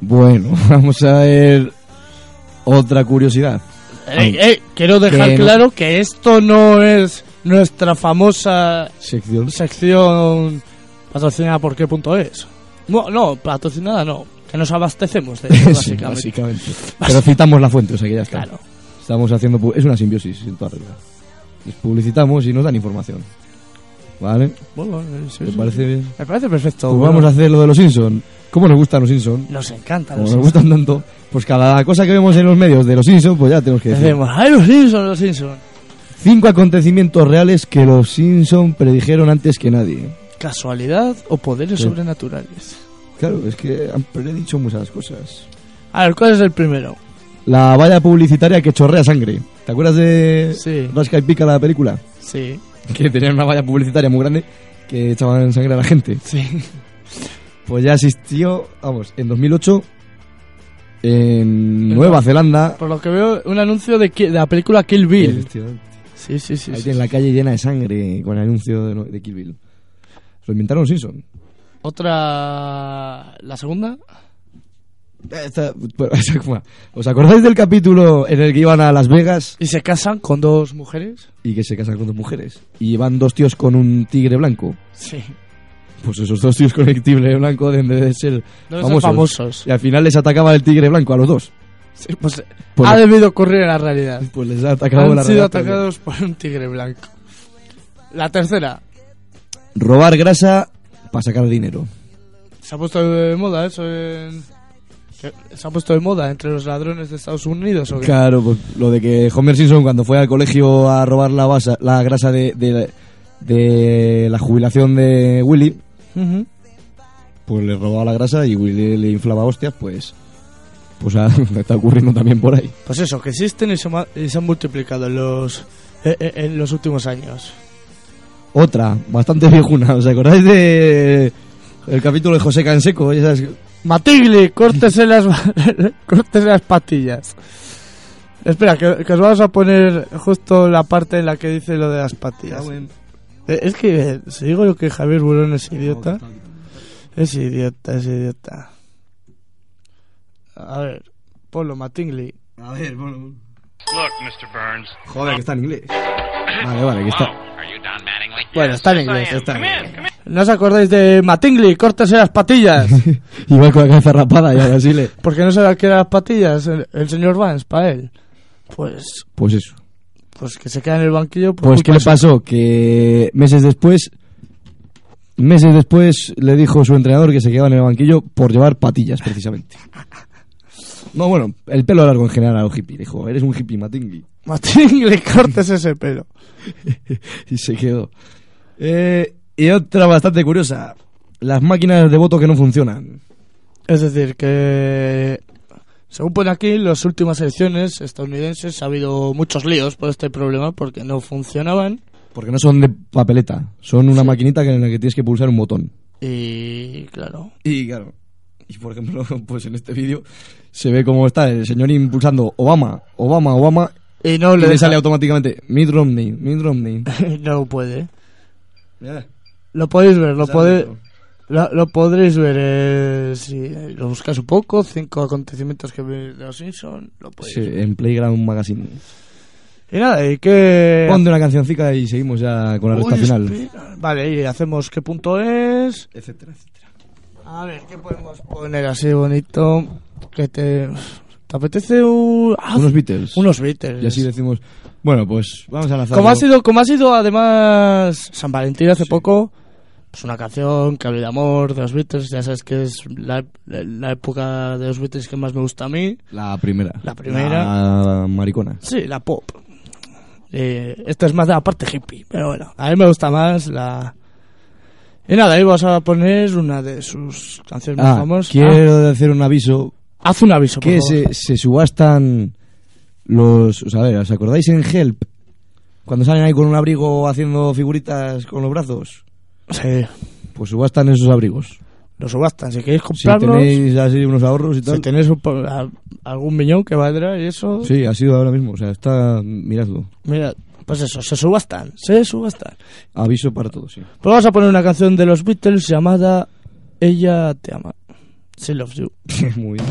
Bueno, vamos a ver otra curiosidad.
Eh, eh, quiero dejar
Que no-
claro que esto no es nuestra famosa
Sección.
sección patrocinada por qué punto es. No, no, patrocinada no. Que nos abastecemos de eso,
Sí,
básicamente.
básicamente. Pero citamos la fuente, o sea que ya está.
Claro.
Estamos haciendo... pu- Es una simbiosis, en toda regla. Les publicitamos y nos dan información. ¿Vale?
Bueno, eh, sí,
¿Te
sí,
parece
sí.
bien?
Me parece perfecto.
Pues
bueno.
vamos a hacer lo de los Simpson. ¿Cómo nos gustan los Simpson?
Nos encantan
Como
los
nos gustan tanto, pues cada cosa que vemos en los medios de los Simpson, pues ya tenemos que decir.
Decimos, ¡ay, los Simpsons, los Simpsons!
Cinco acontecimientos reales que los Simpson predijeron antes que nadie.
¿Casualidad o poderes
Sí.
sobrenaturales?
Claro, es que han predicho muchas cosas.
A ver, ¿cuál es Ah, el primero?
La valla publicitaria que chorrea sangre. ¿Te acuerdas de
Sí.
Rasca y Pica la película?
Sí.
Que tenían una valla publicitaria muy grande que echaban sangre a la gente.
Sí.
Pues ya asistió, vamos, en 2008 en Nueva Zelanda.
Por lo que veo, un anuncio de, Ki- de la película Kill Bill.
Efectivamente.
Sí, sí, sí.
Ahí
sí.
tiene la calle llena de sangre con el anuncio de, de Kill Bill. Lo inventaron los Simpson.
Otra. La segunda.
Esta- Eh, bueno, esa como- ¿Os acordáis del capítulo en el que iban a Las Vegas
Y se casan con dos mujeres.
y que se casan con dos mujeres? Y van dos tíos con un tigre blanco.
Sí.
Pues esos dos tíos con el tigre blanco deben de ser
Deben ser
famosos.
famosos.
Y al final les atacaba el tigre blanco a los dos.
Sí, pues,
Pues-
ha debido ocurrir en la realidad.
Pues les ha atacado
Han
la
sido
realidad
atacados por un tigre blanco. La tercera.
también. Robar grasa para sacar dinero.
Se ha puesto de moda eso en. ¿Qué? ¿Se ha puesto de moda entre los ladrones de Estados Unidos o qué?
Claro, pues lo de que Homer Simpson cuando fue al colegio a robar la, basa- la grasa de, de- de la jubilación de Willy,
Ujú.
pues le robaba la grasa y Willy le inflaba hostias, pues... Pues ah, está ocurriendo también por ahí.
Pues eso, que existen y se, ma- y se han multiplicado en los, eh, eh, en los últimos años.
Otra, bastante viejuna. ¿Os acordáis de el capítulo de José Canseco? Esas-
Matigli, córtese las, córtese las patillas. Espera, que, que os vamos a poner justo la parte en la que dice lo de las patillas. Eh, Es que eh, si digo yo que Javier Burón es idiota, es idiota, es idiota. A ver, Polo Matigli.
A ver, bueno.
Look, Mr. Burns.
Joder, que está en inglés. Vale, vale, que está.
Bueno, está en inglés,
está en inglés.
¿No os acordáis de Matingly? Córtese las patillas.
Igual con la cabeza rapada y ahora sí le...
Porque no se qué eran las patillas el, el señor Vance para él. Pues,
Pues eso.
pues que se queda en el banquillo. por
Pues, ¿qué
culpa
le
suya.
pasó? Que meses después... Meses después le dijo su entrenador que se quedaba en el banquillo por llevar patillas, precisamente. No, bueno, el pelo largo en general a los hippies. Dijo, eres un hippie, Matingly.
Matingly, cortes ese pelo.
y se quedó. Eh, y otra bastante curiosa. Las máquinas de voto que no funcionan.
Es decir, que según pone aquí, en las últimas elecciones estadounidenses ha habido muchos líos por este problema porque no funcionaban
Porque no son de papeleta. Son una maquinita que- en la que tienes que pulsar un botón.
y claro.
Y claro. Y por ejemplo, pues en este vídeo se ve cómo está el señor impulsando Obama, Obama, Obama.
Y no le
le
deja.
sale automáticamente Mitt Romney, Mitt Romney.
no puede.
Mira. pues
Lo podéis ver, lo
Sale
podéis
otro.
lo, lo podréis ver eh, si lo buscas un poco, cinco acontecimientos que vi de los Simpson, lo podéis
pues Sí, en Playground Magazine.
Y nada, y que
Ponte una cancioncica y seguimos ya con la recta
Uy,
final.
espera. Vale, y hacemos qué punto es.
Etcétera, etcétera.
A ver, ¿qué podemos poner así bonito? Que te. ¿Te apetece un.? ah,
Unos Beatles.
Unos Beatles.
Y así decimos, bueno, pues vamos a lanzar.
Como ha sido, como ha sido además San Valentín hace poco, pues una canción que habla de amor, de los Beatles, ya sabes que es la, la época de los Beatles que más me gusta a mí.
La primera.
La primera.
La maricona.
Sí, la pop. Eh, esta es más de la parte hippie, pero bueno, a mí me gusta más la... Y nada, ahí vas a poner una de sus canciones más
Ah,
famosas. Ah,
quiero eh? hacer un aviso.
Haz un aviso, por
Que se,
favor.
se subastan los... O sea, a ver, ¿os acordáis en Help? Cuando salen ahí con un abrigo haciendo figuritas con los brazos.
Sí.
Pues subastan esos abrigos.
Los subastan, si queréis
Si
comprarlos,
tenéis así unos ahorros y tal.
si tenéis un po- a- algún millón que valdrá y eso...
Sí, ha sido ahora mismo. O sea, está... Miradlo.
Mira, pues eso, se subastan, se subastan.
Aviso para todos, sí.
Pues vamos a poner una canción de los Beatles llamada Ella te ama. She loves you.
Muy bien.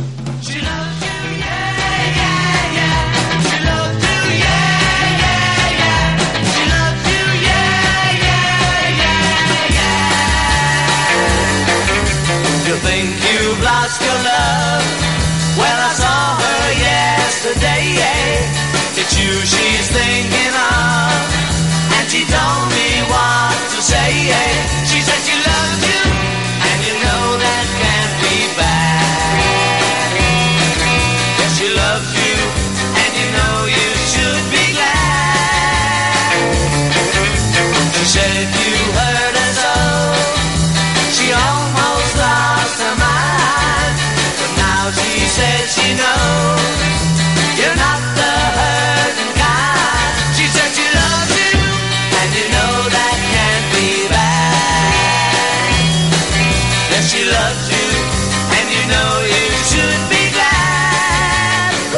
You think you've lost your love? Well, I saw her yesterday. It's you she's thinking of, and she told me what to say. eh? She said she loves you, and you know that can't be bad. Yeah, she loves you, and you know you should be glad. She said you hurt us all. She almost lost her mind. But now she says she knows you're not the hurting kind. She said she loves you, and you know that can't be bad. Yes, she loves you, and you know you should be glad. Ooh.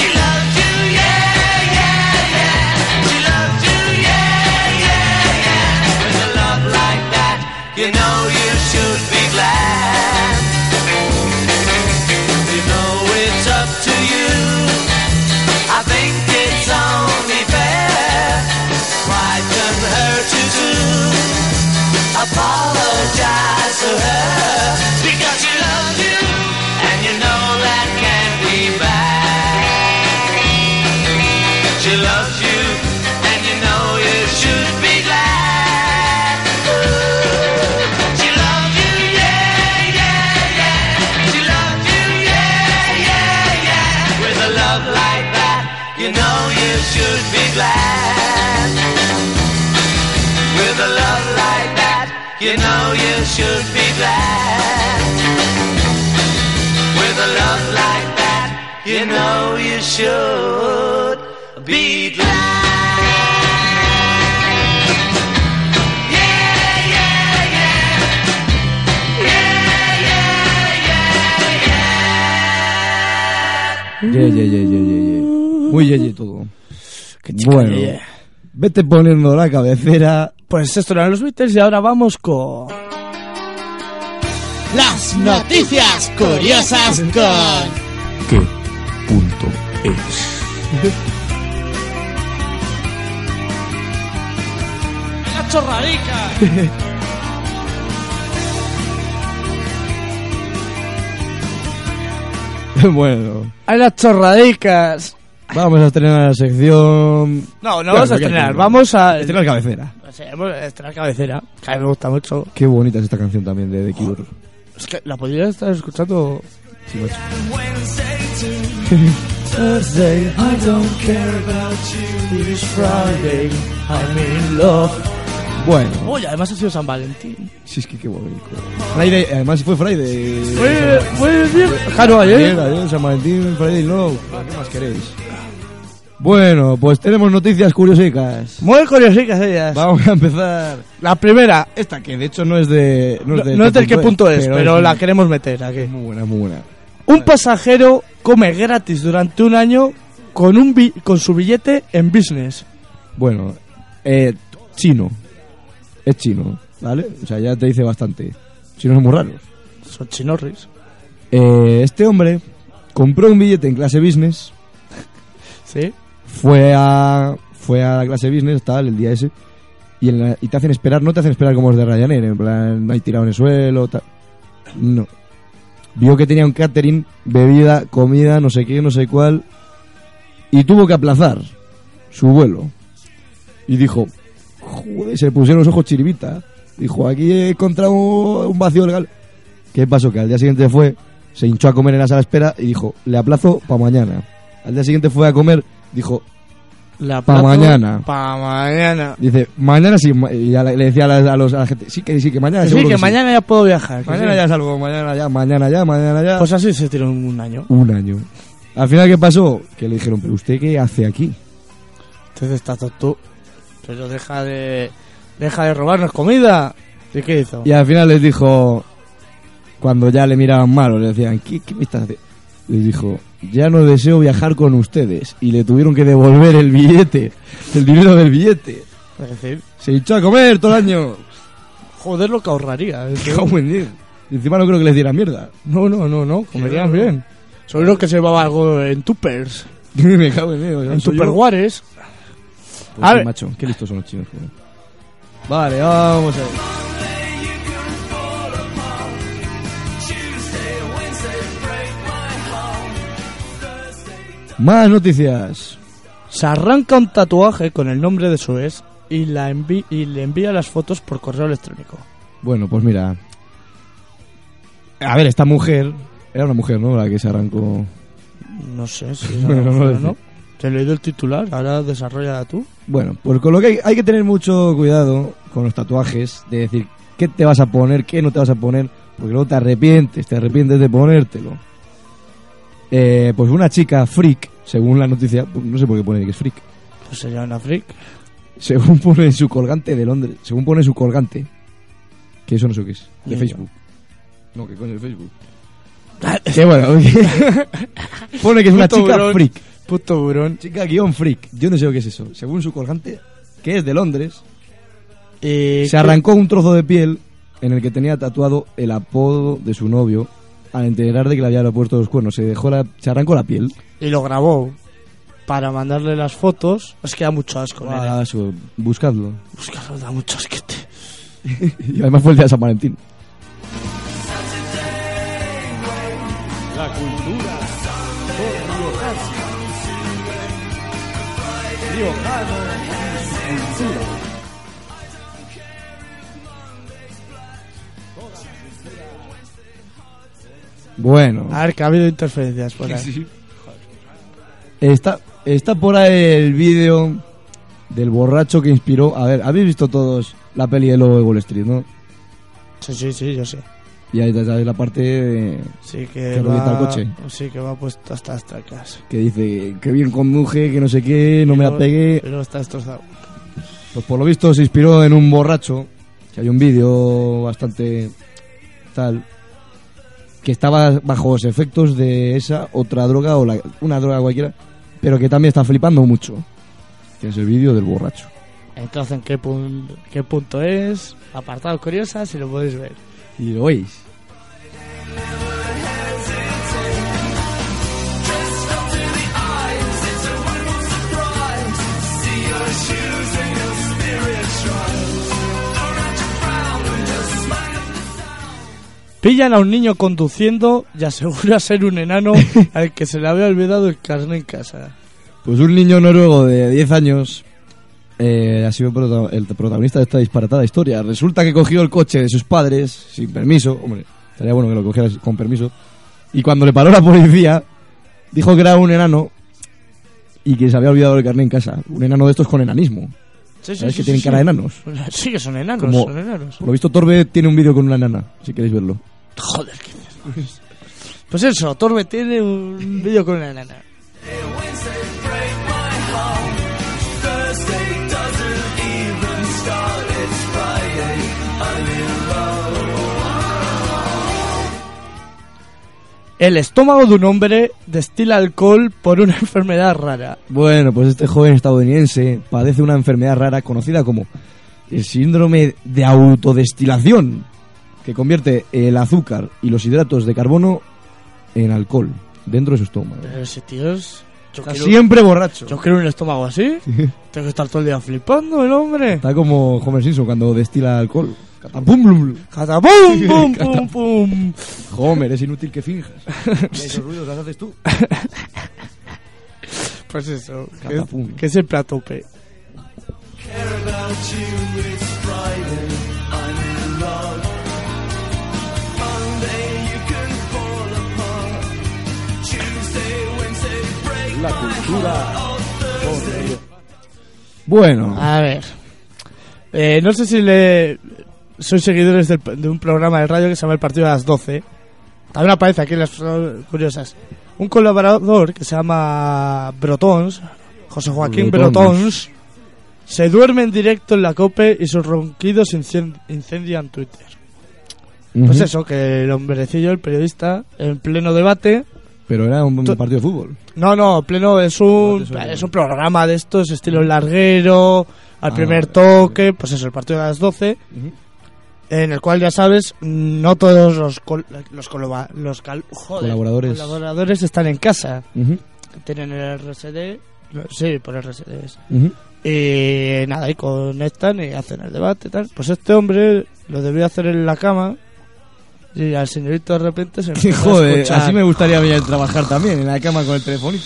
She loves you, yeah, yeah, yeah. She loves you, yeah, yeah, yeah. With a love like that, you know you should be glad. You know it's up to you. I think it's only fair. Why turn her to do? Apologize to her because she loves you, and you know that can't be bad. She loves you, and you know you should be glad. Ooh, She loves you, yeah, yeah, yeah. She loves you, yeah, yeah, yeah. With a love like that, you know you should be glad. With a love like that, you know you should be glad. With a love like that, you know you should be glad. Yeah, yeah, yeah. Yeah, yeah, yeah, yeah.
Ye, ye, ye, ye, ye, ye. Muy ye, ye todo.
chica,
bueno,
ye, ye.
vete poniendo la cabecera.
Pues esto eran los Beatles y ahora vamos con...
Las noticias curiosas con
¿Qué punto es?
¡La chorradica!
bueno,
¡Ay, las chorradicas!
vamos a estrenar la sección.
No, no
Bueno,
vamos a
¿qué
estrenar,
hacemos?
vamos a...
Estrenar cabecera.
O sea, vamos a estrenar cabecera, que a mí me gusta mucho.
Qué bonita es esta canción también de The Cure.
Es que la podría estar escuchando...
Sí, pues. macho.
Thursday, I don't care about you. It's Friday, I'm in love.
Bueno,
Oye, además ha sido San Valentín.
sí, es que qué bonito. Friday, además fue Friday.
Fue- fue bien. ¿eh?
Claro,
Claro, ayer.
ayer, ayer, San Valentín, Friday Love. ¿Qué más queréis? Bueno, pues tenemos noticias curiosicas.
Muy curiosicas ellas.
Vamos a empezar.
La primera,
Esta que de hecho no es de. No,
no,
es de, eh,
no es del qué punto es, pero,
es
la
muy-
queremos meter aquí.
Muy buena, muy buena.
Un pasajero come gratis durante un año con, un bi- con su billete en business.
Bueno, eh, chino. Es chino, ¿vale? O sea, ya te dice bastante. Chinos muy raros.
Son chinorris.
Eh, este hombre compró un billete en clase business.
¿Sí?
Fue a, fue a la clase business, tal, el día ese. Y, en la- y te hacen esperar, no te hacen esperar como los de Ryanair, en plan, hay tirado en el suelo, tal. No. Vio que tenía un catering, bebida, comida, no sé qué, no sé cuál. Y tuvo que aplazar su vuelo. Y dijo, joder, se pusieron los ojos chiribita. Dijo, aquí he encontrado un vacío legal. ¿Qué pasó? Que al día siguiente fue, se hinchó a comer en la sala de espera y dijo, le aplazo para mañana. Al día siguiente fue a comer, dijo,
La
Pa' mañana.
Pa' mañana.
dice, mañana sí, ma- y ya le le decía a, la, a los- a la gente, sí que sí, que mañana
Sí,
seguro
Ah, que
sí".
mañana ya puedo viajar. que
Mañana
sí.
ya salgo, mañana ya, mañana ya, mañana ya.
Pues así se tiró un año.
un año. Al final, ¿qué pasó? Que le dijeron, pero ¿usted qué hace aquí?
Entonces estás tú. Pero deja de. Deja de robarnos comida. ¿Y qué hizo?
Y al final les dijo, cuando ya le miraban mal o le decían, ¿qué, qué me estás haciendo? Les dijo, ya no deseo viajar con ustedes. Y le tuvieron que devolver el billete, el dinero del billete.
Es decir,
Se hinchó a comer todo el año.
joder lo que ahorraría. es decir,
Cago en diez. Y Encima no creo que les diera mierda.
No, no, no, no. Comerían bien. Seguro que se llevaba algo en tuppers.
Me cago en diez.
En
soy yo.
tupperwares.
Pues
A
sí,
ver.
macho, qué listos son los chinos. joder. Vale, vamos a ver. Más noticias.
Se arranca un tatuaje con el nombre de su ex y, la envi- y le envía las fotos por correo electrónico.
Bueno, pues mira. A ver, esta mujer. Era una mujer, ¿no? La que se arrancó.
No sé si es
Bueno,
algo
no
feo,
lo sé.
no. Te he leído el titular, ahora desarrolla tú.
Bueno, pues con lo que hay, hay que tener mucho cuidado con los tatuajes, de decir qué te vas a poner, qué no te vas a poner, porque luego te arrepientes, te arrepientes de ponértelo. Eh, pues una chica freak, según la noticia, no sé por qué pone que es freak,
Pues sería una freak.
según pone en su colgante de Londres, según pone en su colgante, que eso no sé qué es, de
Mierda.
Facebook. No, que coño de Facebook. que bueno, pone que es una
Puto
chica
burón.
freak.
Puto burón.
Chica guión freak, yo no sé lo que es eso. Según su colgante, que es de Londres,
Eh,
Se arrancó un trozo de piel en el que tenía tatuado el apodo de su novio al enterar de que le había puesto los cuernos. Se, dejó la, se arrancó la piel.
Y lo grabó para mandarle las fotos. Es que da mucho asco, nene.
Ah, su- buscadlo.
Es que da mucho asquete.
Y además fue el día de San Valentín.
La cultura por Riojas. Riojano y su cultura.
Bueno,
A ver, que ha habido interferencias por ahí.
está, está por ahí el vídeo del borracho que inspiró. A ver, habéis visto todos la peli de Lobo de Wall Street, ¿no?
Sí, sí, sí, yo sé.
Y ahí sabéis la parte de-
Sí, que
que revienta el
va,
coche.
sí, que va puesto hasta las tracas.
Que dice que bien conduje, que no sé qué, no me la pegué.
Pero está destrozado.
Pues por lo visto se inspiró en un borracho, que hay un vídeo bastante tal, que estaba bajo los efectos de esa otra droga o la- una droga cualquiera, pero que también está flipando mucho. Tienes el vídeo del borracho.
Entonces, ¿en qué, pun- qué punto es? Apartado curiosa, si lo podéis ver.
Y lo oís.
Dressed up to the eyes, it's a wonderful
Pillan a un niño conduciendo y asegura ser un enano al que se le había olvidado el carnet en casa.
Pues un niño noruego de 10 años eh, ha sido prota- el protagonista de esta disparatada historia. Resulta que cogió el coche de sus padres sin permiso. Hombre, estaría bueno que lo cogiera con permiso. Y cuando le paró la policía, dijo que era un enano y que se había olvidado el carnet en casa. Un enano de estos con enanismo. ¿Sabes que tienen cara de enanos?
Sí, que son enanos,
Como-
son enanos.
Por lo visto, Torbe tiene un vídeo con una enana, si queréis verlo.
Joder, qué nervios. Pues eso, Torbe tiene un vídeo con una enana.
Thursday doesn't even start, it's Friday. I'm in love.
El estómago de un hombre destila alcohol por una enfermedad rara.
Bueno, pues este joven estadounidense padece una enfermedad rara conocida como el síndrome de autodestilación, que convierte el azúcar y los hidratos de carbono en alcohol dentro de su estómago.
Pero ese tío es... yo
Está
Eh, quiero-
siempre borracho.
Yo quiero un estómago así. Tengo que estar todo el día flipando, el hombre.
Está como Homer Simpson cuando destila alcohol. Catapum, blum, blum.
Catapum, pum, pum, pum.
Homer, es inútil que finjas. Esos ruidos los haces tú.
Pues eso,
Catapum.
que, que siempre a tope.
Care about you, it's Friday. I'm in love. Monday you can fall apart. Tuesday, Wednesday, break
La
my
cultura.
heart. Oh, Thursday.
Bueno.
A ver. Eh, no sé si le... Soy seguidores del- de un programa de radio que se llama El Partido de las 12. También aparece aquí en las cosas curiosas. Un colaborador que se llama Brotons, José Joaquín
Brotons.
Brotons, se duerme en directo en la COPE y sus ronquidos incien- incendian Twitter. Pues
Ujú.
eso, que el hombrecillo, el periodista, en pleno debate...
Pero era un partido de fútbol.
No, no, pleno es un, es un programa de estos, estilo larguero, al
Ah,
primer toque, pues eso, el partido de las 12, en el cual ya sabes, no todos los, col- los, coloba- los cal- joder,
Colaboradores.
colaboradores están en casa.
Ujú.
Tienen el RSD, no, sí, por RSD. es.
Ujú.
Y nada, y conectan y hacen el debate y tal. Pues este hombre lo debió hacer en la cama y al señorito de repente se empezó a
Joder,
escuchar.
así me gustaría venir a trabajar también, en la cama con el telefonito.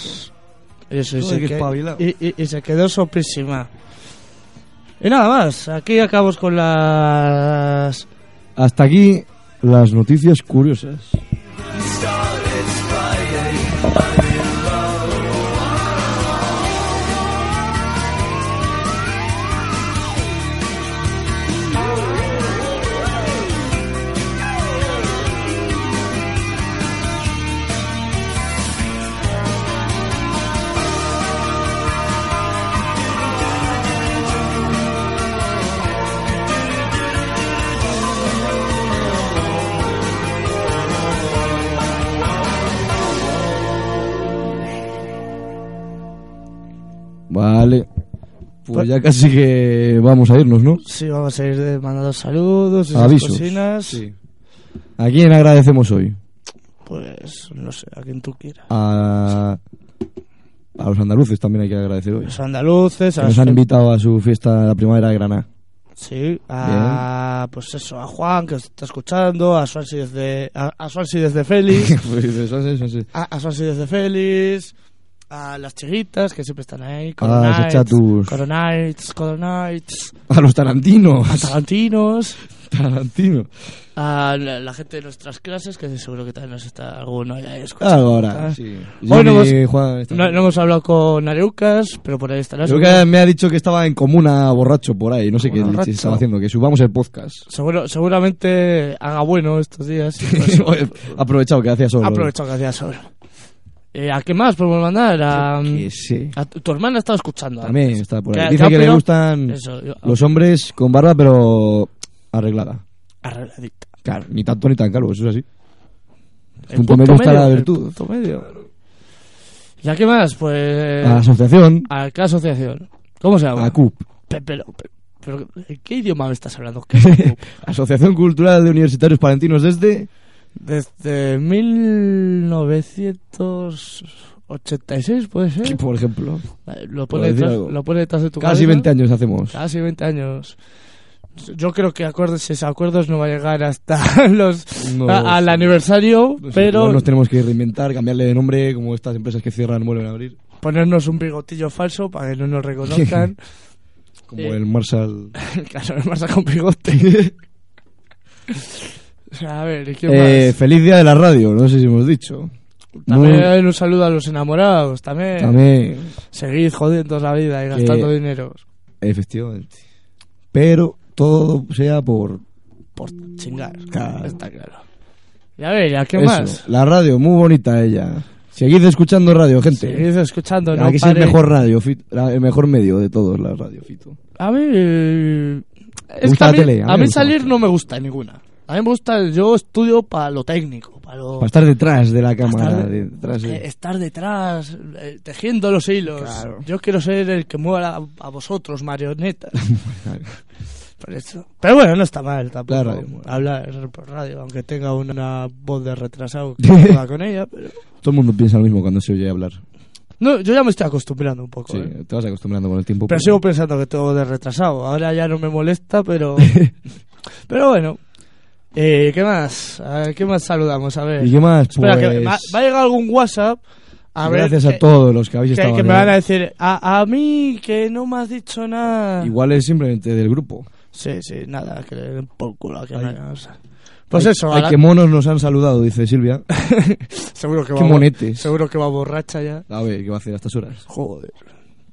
Eso, y,
Joder,
se
qué
que-
espabilado.
y, y- y se quedó sorprísima. Y nada más, aquí acabamos con las...
Hasta aquí las noticias curiosas.
Start, it's Friday. I'm in love.
Vale. Pues
Pues-
ya casi que vamos a irnos, ¿no?
Sí, vamos a ir de- mandando saludos, esas
Avisos.
cosinas.
¿A quién agradecemos hoy?
Pues no sé, a quien tú quieras.
A, a los andaluces también hay que agradecer hoy.
Los andaluces,
Que
a
nos
los-
han invitado a su fiesta de la primavera de Granada.
Sí, a, pues eso, a Juan que os está escuchando, a Swansea desde, a, a Swansea desde Félix,
Pues eso, eso, eso.
a, a Swansea desde Félix, a las chiquitas que siempre están ahí,
Ah,
Coronites,
esas chatus.
Coronites, Coronites,
A los tarantinos.
a Tarantinos,
Tarantino.
a la, la gente de nuestras clases que seguro que también nos está alguno ya escuchando.
Ahora,
Ah.
sí. pues,
Hoy no
Jimmy,
hemos,
Juan, está-
no- no hemos hablado con Areucas, pero por ahí estará.
Creo que me ha dicho que estaba en comuna borracho por ahí. No sé qué
Comuna
leches
borracho.
estaba haciendo. Que subamos el podcast.
Seguro, seguramente haga bueno estos días. Pues
Oye, Aprovechado que hacía solo.
Aprovecho que hacía sol. Eh, ¿A qué más podemos mandar? A,
sí.
a tu, tu hermana estaba escuchando.
También
antes.
está por
Que-
ahí. Dice
ha
que le
opinado-
gustan
Eso, yo-
los hombres con barba, pero arreglada.
Arregladita.
Claro, ni tanto ni tan calvo, eso es así.
El
punto medio está la
el
virtud.
punto medio. ¿Y a qué más? Pues.
A la asociación.
¿A qué asociación? ¿Cómo se llama?
Ah, A CUP.
Pe- Pero, pero, pero, ¿en qué idioma me estás hablando? ¿Qué es la CUP?
Asociación Cultural de Universitarios Palentinos desde...
Desde 1986, puede ser.
Por ejemplo.
Eh, Lo
Por
pone,
decir
detrás,
algo.
lo pone detrás de tu
Casi
cabeza.
20 años hacemos.
Casi 20 años. Yo creo que acuerdos, ese acuerdos no va a llegar hasta los
No,
a- al
sí.
aniversario,
No sé,
pero
igual nos tenemos que reinventar, cambiarle de nombre, como estas empresas que cierran vuelven a abrir,
ponernos un bigotillo falso para que no nos reconozcan.
como
Eh,
el Marshall.
Claro, el Marsa con bigote. O sea, a ver, ¿y qué
Eh,
más?
feliz día de la radio, no sé si hemos dicho.
También
Muy-
un saludo a los enamorados, también.
También.
Seguid jodiendo la vida y gastando
Eh,
dinero.
Efectivamente. Pero todo sea por.
Por chingar.
Claro.
Está claro. Y a ver, ¿y ¿a qué
eso.
más?
La radio, muy bonita ella. Seguid escuchando radio, gente.
Seguid escuchando, no
Aquí es
pare-
el mejor radio, fit- la- el mejor medio de todos, la radio, Fito.
A mí. eh, Es que
gusta
a
la
mí,
tele,
a
a mí
mí
me gusta
salir no me gusta ninguna. A mí me gusta. Yo estudio para lo técnico, para lo.
Para estar detrás de la cámara.
estar-
detrás de-
eh, estar detrás, eh, tejiendo los hilos. Yo quiero ser el que mueva a, a vosotros, marionetas. Por eso. Pero bueno, no está mal tampoco
La radio mola.
hablar por radio, aunque tenga una voz de retrasado que no pueda con ella. Pero...
Todo el mundo piensa lo mismo cuando se oye hablar.
No, yo ya me estoy acostumbrando un poco.
Sí,
¿eh?
te vas acostumbrando con el tiempo.
Pero sigo pensando que tengo de retrasado. Ahora ya no me molesta, pero. pero bueno. Eh, ¿Qué más? A ver, ¿Qué más saludamos? A ver.
¿Y qué más?
Espera, que
Pues-
va, va a llegar algún WhatsApp. A ver
Gracias
que-
a todos los que habéis
que,
estado.
que me
arriba.
van a decir, a, a mí que no me has dicho nada.
Igual es simplemente del grupo.
Sí, sí, nada, que le den por culo a que me- o sea. Pues eso,
Hay
ahora-
que monos nos han saludado, dice Silvia.
seguro que
Qué
va bo-
monetes.
Seguro que va borracha ya.
A ver, ¿qué va a hacer a estas horas?
Joder.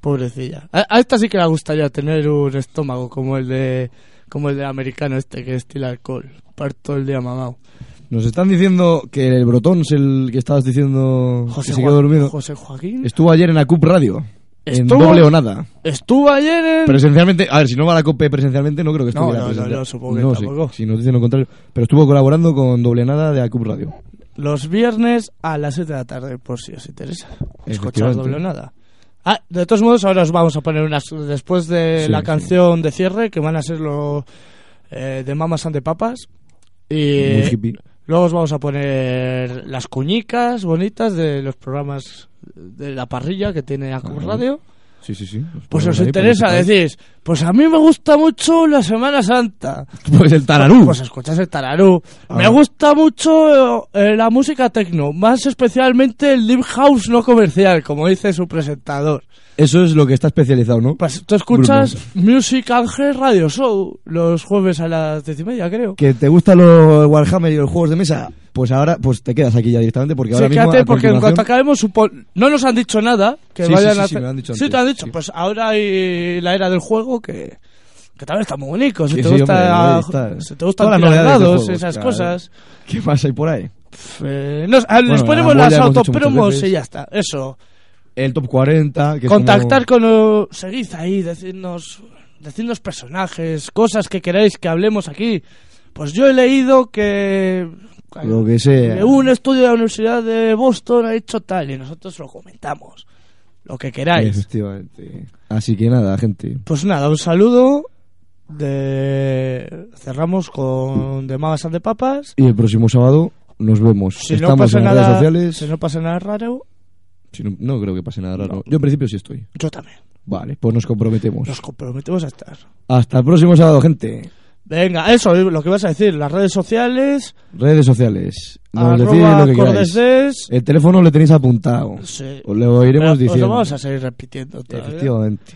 Pobrecilla. A, a esta sí que le gustaría tener un estómago como el de como el del americano este que estila alcohol. Par todo el día mamado.
Nos están diciendo que el Brotón es el que estabas diciendo
José
que se quedó
Joa-
dormido.
José Joaquín.
Estuvo ayer en la CUP Radio.
Estuvo-
En doble o nada.
Estuvo ayer en...
Presencialmente, a ver, si no va a la COPE presencialmente, no creo que
No,
estuviera.
no, no,
presencial.
no, supongo que
sí,
tampoco.
Si, nos dicen lo contrario. Pero estuvo colaborando con doble nada de la CUP Radio.
Los viernes a las 7 de la tarde, por si os interesa. Escuchar
Efectivamente.
doble o nada. Ah, de todos modos, ahora os vamos a poner unas. Después de
Sí,
la
sí.
canción de cierre, que van a ser los de Mamas ante Papas. Y
Muy hippie.
luego os vamos a poner las cuñicas bonitas de los programas de la parrilla que tiene Acum
Ajá.
Radio.
Sí, sí, sí. Nos
Pues
ponemos
os
ahí,
interesa,
ponemos-
decís, pues a mí me gusta mucho la Semana Santa.
Pues el tararú.
Pues escuchas el tararú.
A
me
ver.
gusta mucho eh, la música techno, más especialmente el deep house no comercial, como dice su presentador. Pues
Eso es lo que está especializado, ¿no?
Tú escuchas Music Ángel Radio Show los jueves a las diez y media, creo.
¿Que te gusta lo el Warhammer y los juegos de mesa? Pues ahora pues te quedas aquí ya directamente porque ahora
sí,
mismo...
quédate,
a
porque en cuanto
continuación-
acabemos, supo- no nos han dicho nada. Que
Sí, sí,
vayan
sí,
a
sí,
hacer-
me lo han dicho
Sí,
antes,
te han dicho. Pues ahora hay la era del juego que, que también está muy bonito. Si
Sí,
te
sí,
gusta,
hombre, ahí está.
si te gustan
Todas las
tirar
novedades de
dados,
juegos,
esas
claro.
cosas.
¿Qué más hay por ahí?
eh, nos- ah,
Bueno,
les
la
ponemos
bola
las
ya hemos dicho
autopromos
muchas veces.
y ya está. Eso.
El top 40, que es
Contactar con. eh, Seguid ahí, decidnos, decidnos personajes, cosas que queráis que hablemos aquí. Pues yo he leído que.
como Lo que sea.
que un estudio de la Universidad de Boston ha hecho tal y nosotros lo comentamos. Lo que queráis.
Efectivamente. Así que nada, gente.
Pues nada, un saludo. De... Cerramos con De Mamas and de Papas.
Y el próximo sábado nos vemos.
Si
Estamos
no pasa
en las redes
nada,
sociales.
si no pasa nada raro,
Si no, no creo que pase nada raro. Yo en principio sí estoy.
yo también.
Vale, pues nos comprometemos.
Nos comprometemos a estar.
Hasta el próximo sábado, gente.
Venga, eso lo que vas a decir, las redes sociales.
Redes sociales. Nos
Arroba
decís lo que
Cordes
queráis. El teléfono lo tenéis apuntado.
Sí.
Os lo iremos
Pero Os lo
diciendo.
vamos a seguir repitiendo. todavía.
Efectivamente.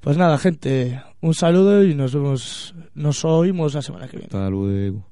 Pues nada, gente, un saludo y nos vemos, nos oímos la semana que viene.
Hasta luego.